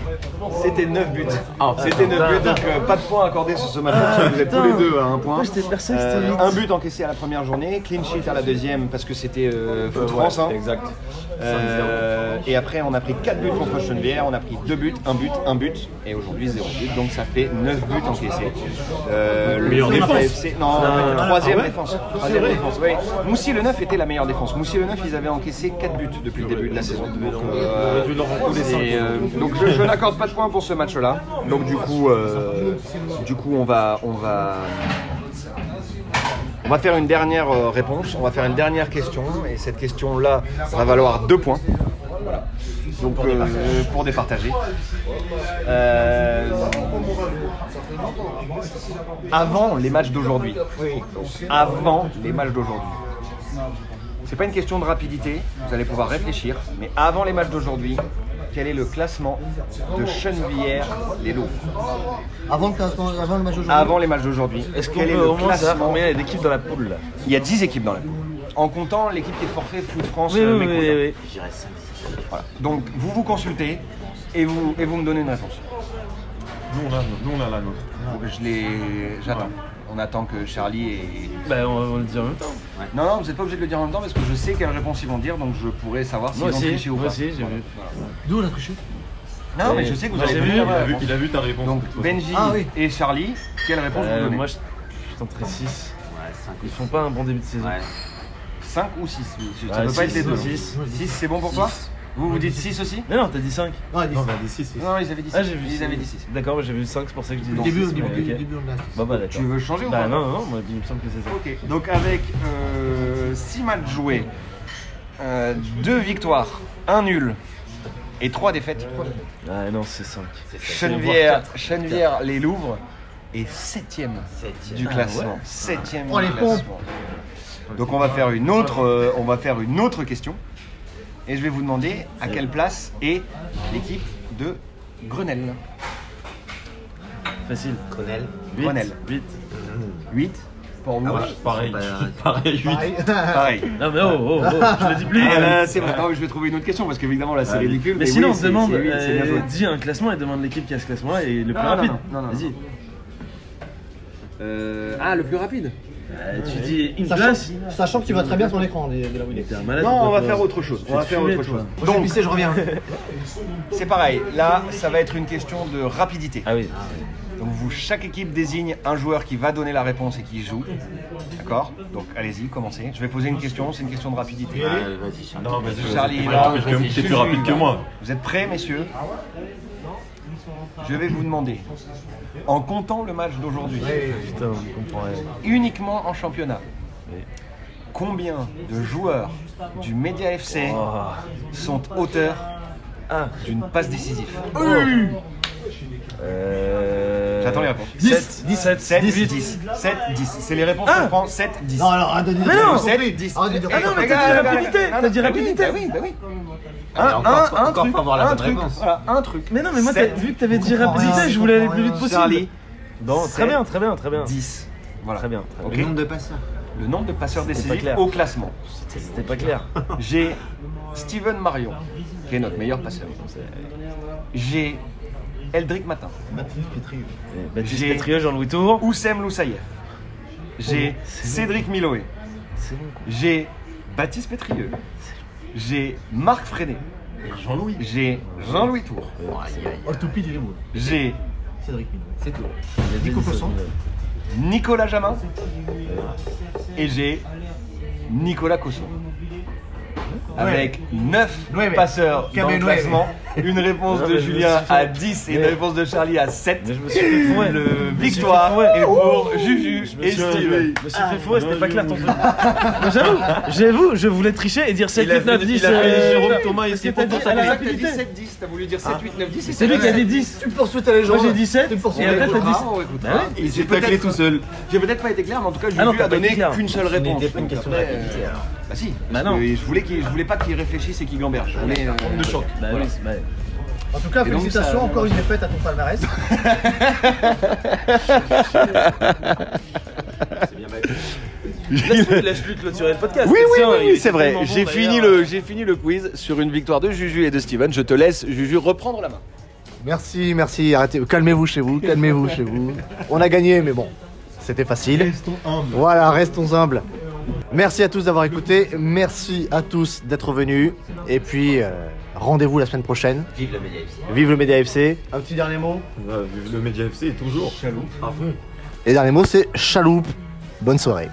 S9: c'était 9 buts.
S5: Ah,
S9: c'était 9 buts, donc euh, pas de points accordés sur ce match. vous êtes tous les deux à un point. Euh, un but encaissé à la première journée, clean sheet à la deuxième parce que c'était euh, Foot
S5: ouais,
S9: France. hein.
S5: exact.
S9: Euh, et après, on a pris 4 buts contre Chenvière, on a pris 2 buts, 1 but, 1 but, et aujourd'hui 0 but, donc ça fait 9 buts encaissés. Euh,
S5: Meilleure
S9: Media
S5: défense.
S9: FC non, euh,
S5: Ah,
S9: troisième
S5: ah ouais
S9: défense.
S5: C'est
S9: Troisième
S5: vrai.
S9: défense, oui. Moussy le 9 était la meilleure défense. Moussy le 9, ils avaient encaissé 4 buts depuis le début de la saison. Donc, euh,
S5: dû leur en coller
S9: c'est,
S5: cinq.
S9: euh, Donc je, je n'accorde pas de points pour ce match-là. Donc du coup, euh, du coup, on va, on va, on va faire une dernière euh, réponse. On va faire une dernière question et cette question-là va valoir deux points. Voilà. Donc euh, pour départager. Euh, avant les matchs d'aujourd'hui. Avant les matchs d'aujourd'hui. C'est pas une question de rapidité, vous allez pouvoir réfléchir, mais avant les matchs d'aujourd'hui, quel est le classement de Chenevière les Loups
S8: Avant le, classement- avant le match aujourd'hui.
S9: Avant les matchs d'aujourd'hui,
S8: Est-ce qu'on
S9: quel est
S8: peut
S9: le
S8: au moins savoir
S9: classement
S8: combien
S9: il y a d'équipes dans la poule Il y a 10 équipes dans la poule. En comptant l'équipe qui est forfait Foot France,
S8: Oui,
S9: euh,
S8: oui,
S9: Mécoudin.
S8: oui, oui,
S9: Voilà. Donc vous vous consultez et vous, et vous me donnez une réponse.
S6: Nous, on a, nous, on a la nôtre.
S9: Je les- J'attends. On attend que Charlie et.
S6: Bah, on, le dit en même temps.
S9: Non, non, vous n'êtes pas obligé de le dire en même temps parce que je sais quelle réponse ils vont dire, donc je pourrais savoir s'ils
S6: Moi
S9: ont
S6: aussi,
S9: triché ou
S6: moi
S9: pas.
S6: aussi, j'ai vu.
S8: D'où on a triché
S9: Non, mais
S6: Et-
S9: je sais que vous
S6: Moi,
S9: avez
S6: j'ai
S9: vu,
S6: vu, il a vu-
S9: réponse.
S6: il a vu ta réponse.
S9: Donc
S6: de toute façon.
S9: Benji et Charlie, quelle réponse
S6: Ah Euh,
S9: vous donnez
S6: Moi, je, je tenterai 6. Ils font pas un bon début de saison.
S9: 5 ou 6 Ça
S6: Ouais,
S9: peut pas être
S6: six,
S9: les deux.
S6: six.
S9: 6, c'est bon pour toi
S6: Six.
S9: Vous vous dites 6 aussi
S6: Mais non, t'as dit 5.
S8: Non,
S6: non, bah, dit 6.
S9: Non, ils avaient dit
S6: Ah,
S9: six.
S6: j'ai vu.
S9: Ils
S6: six.
S9: avaient dit six.
S6: D'accord, moi, j'ai vu 5, c'est pour ça que je dis
S9: Au
S6: non,
S9: début,
S6: six,
S9: au début, au
S6: mais ok.
S9: début, on a six.
S6: Bah, bah, d'accord.
S9: Tu veux changer ou
S6: Bah,
S9: pas
S6: non, non, moi, il me semble que c'est ça.
S9: Ok, donc avec 6 matchs joués, 2 victoires, 1 nul et 3 défaites,
S6: Ah, non, c'est 5.
S9: Chenevière, Chenevière les Louvres est 7 du
S6: Ah,
S9: classement.
S6: ouais.
S9: 7
S6: Oh, les
S9: du classement. Donc on va faire une autre, euh, on va faire une autre question et je vais vous demander à quelle place est l'équipe de Grenelle.
S6: Facile.
S9: Grenelle.
S6: Huit.
S9: Grenelle.
S6: 8.
S9: 8 pour moi.
S6: ouais, pareil.
S9: pareil, 8. Pareil.
S6: Non, mais oh, oh, oh, je le dis plus.
S9: Ah, là, c'est vrai. Ah, oui, je vais trouver une autre question parce qu'évidemment là c'est
S6: Ah, oui.
S9: ridicule.
S6: Mais sinon,
S9: oui,
S6: on se
S9: c'est-
S6: demande,
S9: c'est huit, c'est bien
S6: euh,
S9: joué.
S6: dis un classement et demande l'équipe qui a ce classement et le
S9: Non,
S6: plus
S9: non,
S6: rapide.
S9: non, non, non.
S6: Vas-y.
S9: Euh, ah, le plus rapide
S6: Tu dis une
S8: Sachant-
S6: place.
S8: Sachant que tu vois très bien ton écran de, de là où il est.
S9: Non, on va faire autre chose. On va faire autre chose.
S8: Donc, je reviens.
S9: C'est pareil, là ça va être une question de rapidité. Ah oui. Donc vous, chaque équipe désigne un joueur qui va donner la réponse et qui joue. D'accord Donc allez-y, commencez. Je vais poser une question, c'est une question de rapidité.
S23: Allez, vas-y, Charlie. Non, vas-y, vas-y.
S9: Charlie,
S23: Attends,
S9: va.
S23: mais je vais- t'es plus rapide que moi.
S9: Vous êtes prêts, messieurs Je vais vous demander, en comptant le match d'aujourd'hui,
S6: Putain, on comprend rien.
S9: uniquement en championnat, combien de joueurs du Média FC
S23: Oh.
S9: sont auteurs d'une passe décisive Oh.
S23: Euh,
S9: J'attends les réponses.
S6: 10, 17,
S9: 7, 10, 10. 7, 10. C'est les réponses qu'on prend. 7, 10.
S8: Non, alors, attendez,
S9: Mais
S8: attendez,
S9: non,
S8: attendez.
S9: 7, 10.
S8: Arrêtez de-
S9: Eh,
S8: Ah non, mais
S9: les
S8: t'as
S9: gars,
S8: dit
S9: les gars,
S8: rapidité,
S9: les gars.
S8: t'as dit
S9: Bah oui,
S8: rapidité.
S9: bah oui, bah oui.
S8: Ah, mais
S9: Un,
S8: encore faut-
S9: un, un
S8: encore
S9: truc,
S8: faut avoir la
S9: un
S8: bonne
S9: truc,
S8: réponse.
S9: voilà, un truc.
S6: Mais non, mais moi, t'as-
S9: Sept.
S6: vu que t'avais dit
S9: On comprend
S6: rapidité,
S9: rien,
S6: je
S9: on
S6: voulais aller le
S9: comprend
S6: plus vite
S9: rien.
S6: possible.
S9: Charlie.
S6: Non, très
S9: Sept.
S6: bien, très bien, très bien.
S9: 10. Voilà.
S6: Très bien, très
S9: Ok.
S6: bien.
S8: de passeurs.
S9: Le nombre de passeurs
S6: C'était pas
S9: décisifs
S6: clair.
S9: au classement.
S6: C'était pas clair.
S9: J'ai Steven Marion, qui est notre meilleur passeur. J'ai Eldrick Matin.
S6: Baptiste
S9: J'ai-
S6: Pétrieux, Jean-Louis Tour.
S9: Oussem Loussaïev.
S6: Oh,
S9: J'ai Cédric Miloé. J'ai Baptiste Pétrieux. J'ai Marc Freinet. Jean-Louis. J'ai Jean-Louis Tour.
S8: Oh, le toupie, il est beau.
S9: J'ai
S8: Cédric Minou.
S9: C'est tout.
S8: Nico Poisson.
S9: Nicolas Jamin. Et j'ai Nicolas Cosson. Avec 9
S8: Nueve.
S9: passeurs dans
S8: Camé
S9: le
S8: nueve.
S9: classement, une réponse
S6: Non, mais
S9: de
S6: je me
S9: Julien
S6: suis fait-
S9: à 10 et une
S6: Mais-
S9: réponse de Charlie à 7.
S6: Je me suis fait fourrer.
S9: Le
S6: Je me suis
S9: victoire
S6: fait fourrer.
S9: est pour Juju
S6: Je me
S9: et
S6: suis-
S9: Steve.
S6: je me suis fait fourrer, c'était pas clair ton truc. Mais J'avoue, j'avoue, je voulais tricher et dire 7, 8, 9, 10. euh, parce que t'as dit à la rapidité.
S9: 7, 10, t'as voulu dire 7, 8, 9, 10.
S6: C'est lui qui a dit 10.
S8: Tu poursuis ta légende.
S6: Moi j'ai dit 7.
S8: Tu poursuis
S6: Et
S8: ta
S6: après t'as
S8: légende.
S6: dit.
S9: on écoute. hein.
S6: Bah
S9: Il s'est taclé tout
S6: seul.
S9: J'ai peut-être pas été clair, mais en tout cas, Juju
S6: Ah non, t'as
S9: a
S6: pas été
S9: donné
S6: clair.
S9: qu'une seule
S6: Ce n'était
S9: réponse.
S6: pas une
S9: Donc
S6: question
S9: après,
S6: de rapidité,
S9: euh,
S6: alors.
S9: Bah si,
S6: Bah
S9: parce que
S6: non.
S9: je voulais, qu'il- je voulais pas qu'il réfléchisse et qu'il gamberge. Je voulais, euh,
S6: Le choc. Bah
S9: voilà.
S6: oui, c'est- bah oui.
S8: En tout cas,
S9: Et donc,
S8: félicitations,
S9: ça-
S8: encore une défaite à ton palmarès.
S24: Laisse-le laisse-le clôturer le podcast.
S9: Oui, oui,
S24: Tiens,
S9: oui,
S24: il
S9: oui,
S24: était
S9: c'est vrai.
S24: tellement bon,
S9: J'ai fini,
S24: d'ailleurs.
S9: le, j'ai fini le quiz sur une victoire de Juju et de Steven. Je te laisse, Juju, reprendre la main.
S8: Merci, merci. Arrêtez, calmez-vous chez vous, calmez-vous chez vous. On a gagné, mais bon, c'était facile. Restons humbles. Voilà, restons humbles. Merci à tous d'avoir écouté. Merci à tous d'être venus. Et puis, euh, rendez-vous la semaine prochaine.
S25: Vive le média FC.
S8: Vive le Média FC. Un petit dernier mot
S23: Euh, Ouais, vive le Média FC, toujours. Chalou. À fond.
S8: Et dernier mot, c'est chaloupe. Bonne soirée.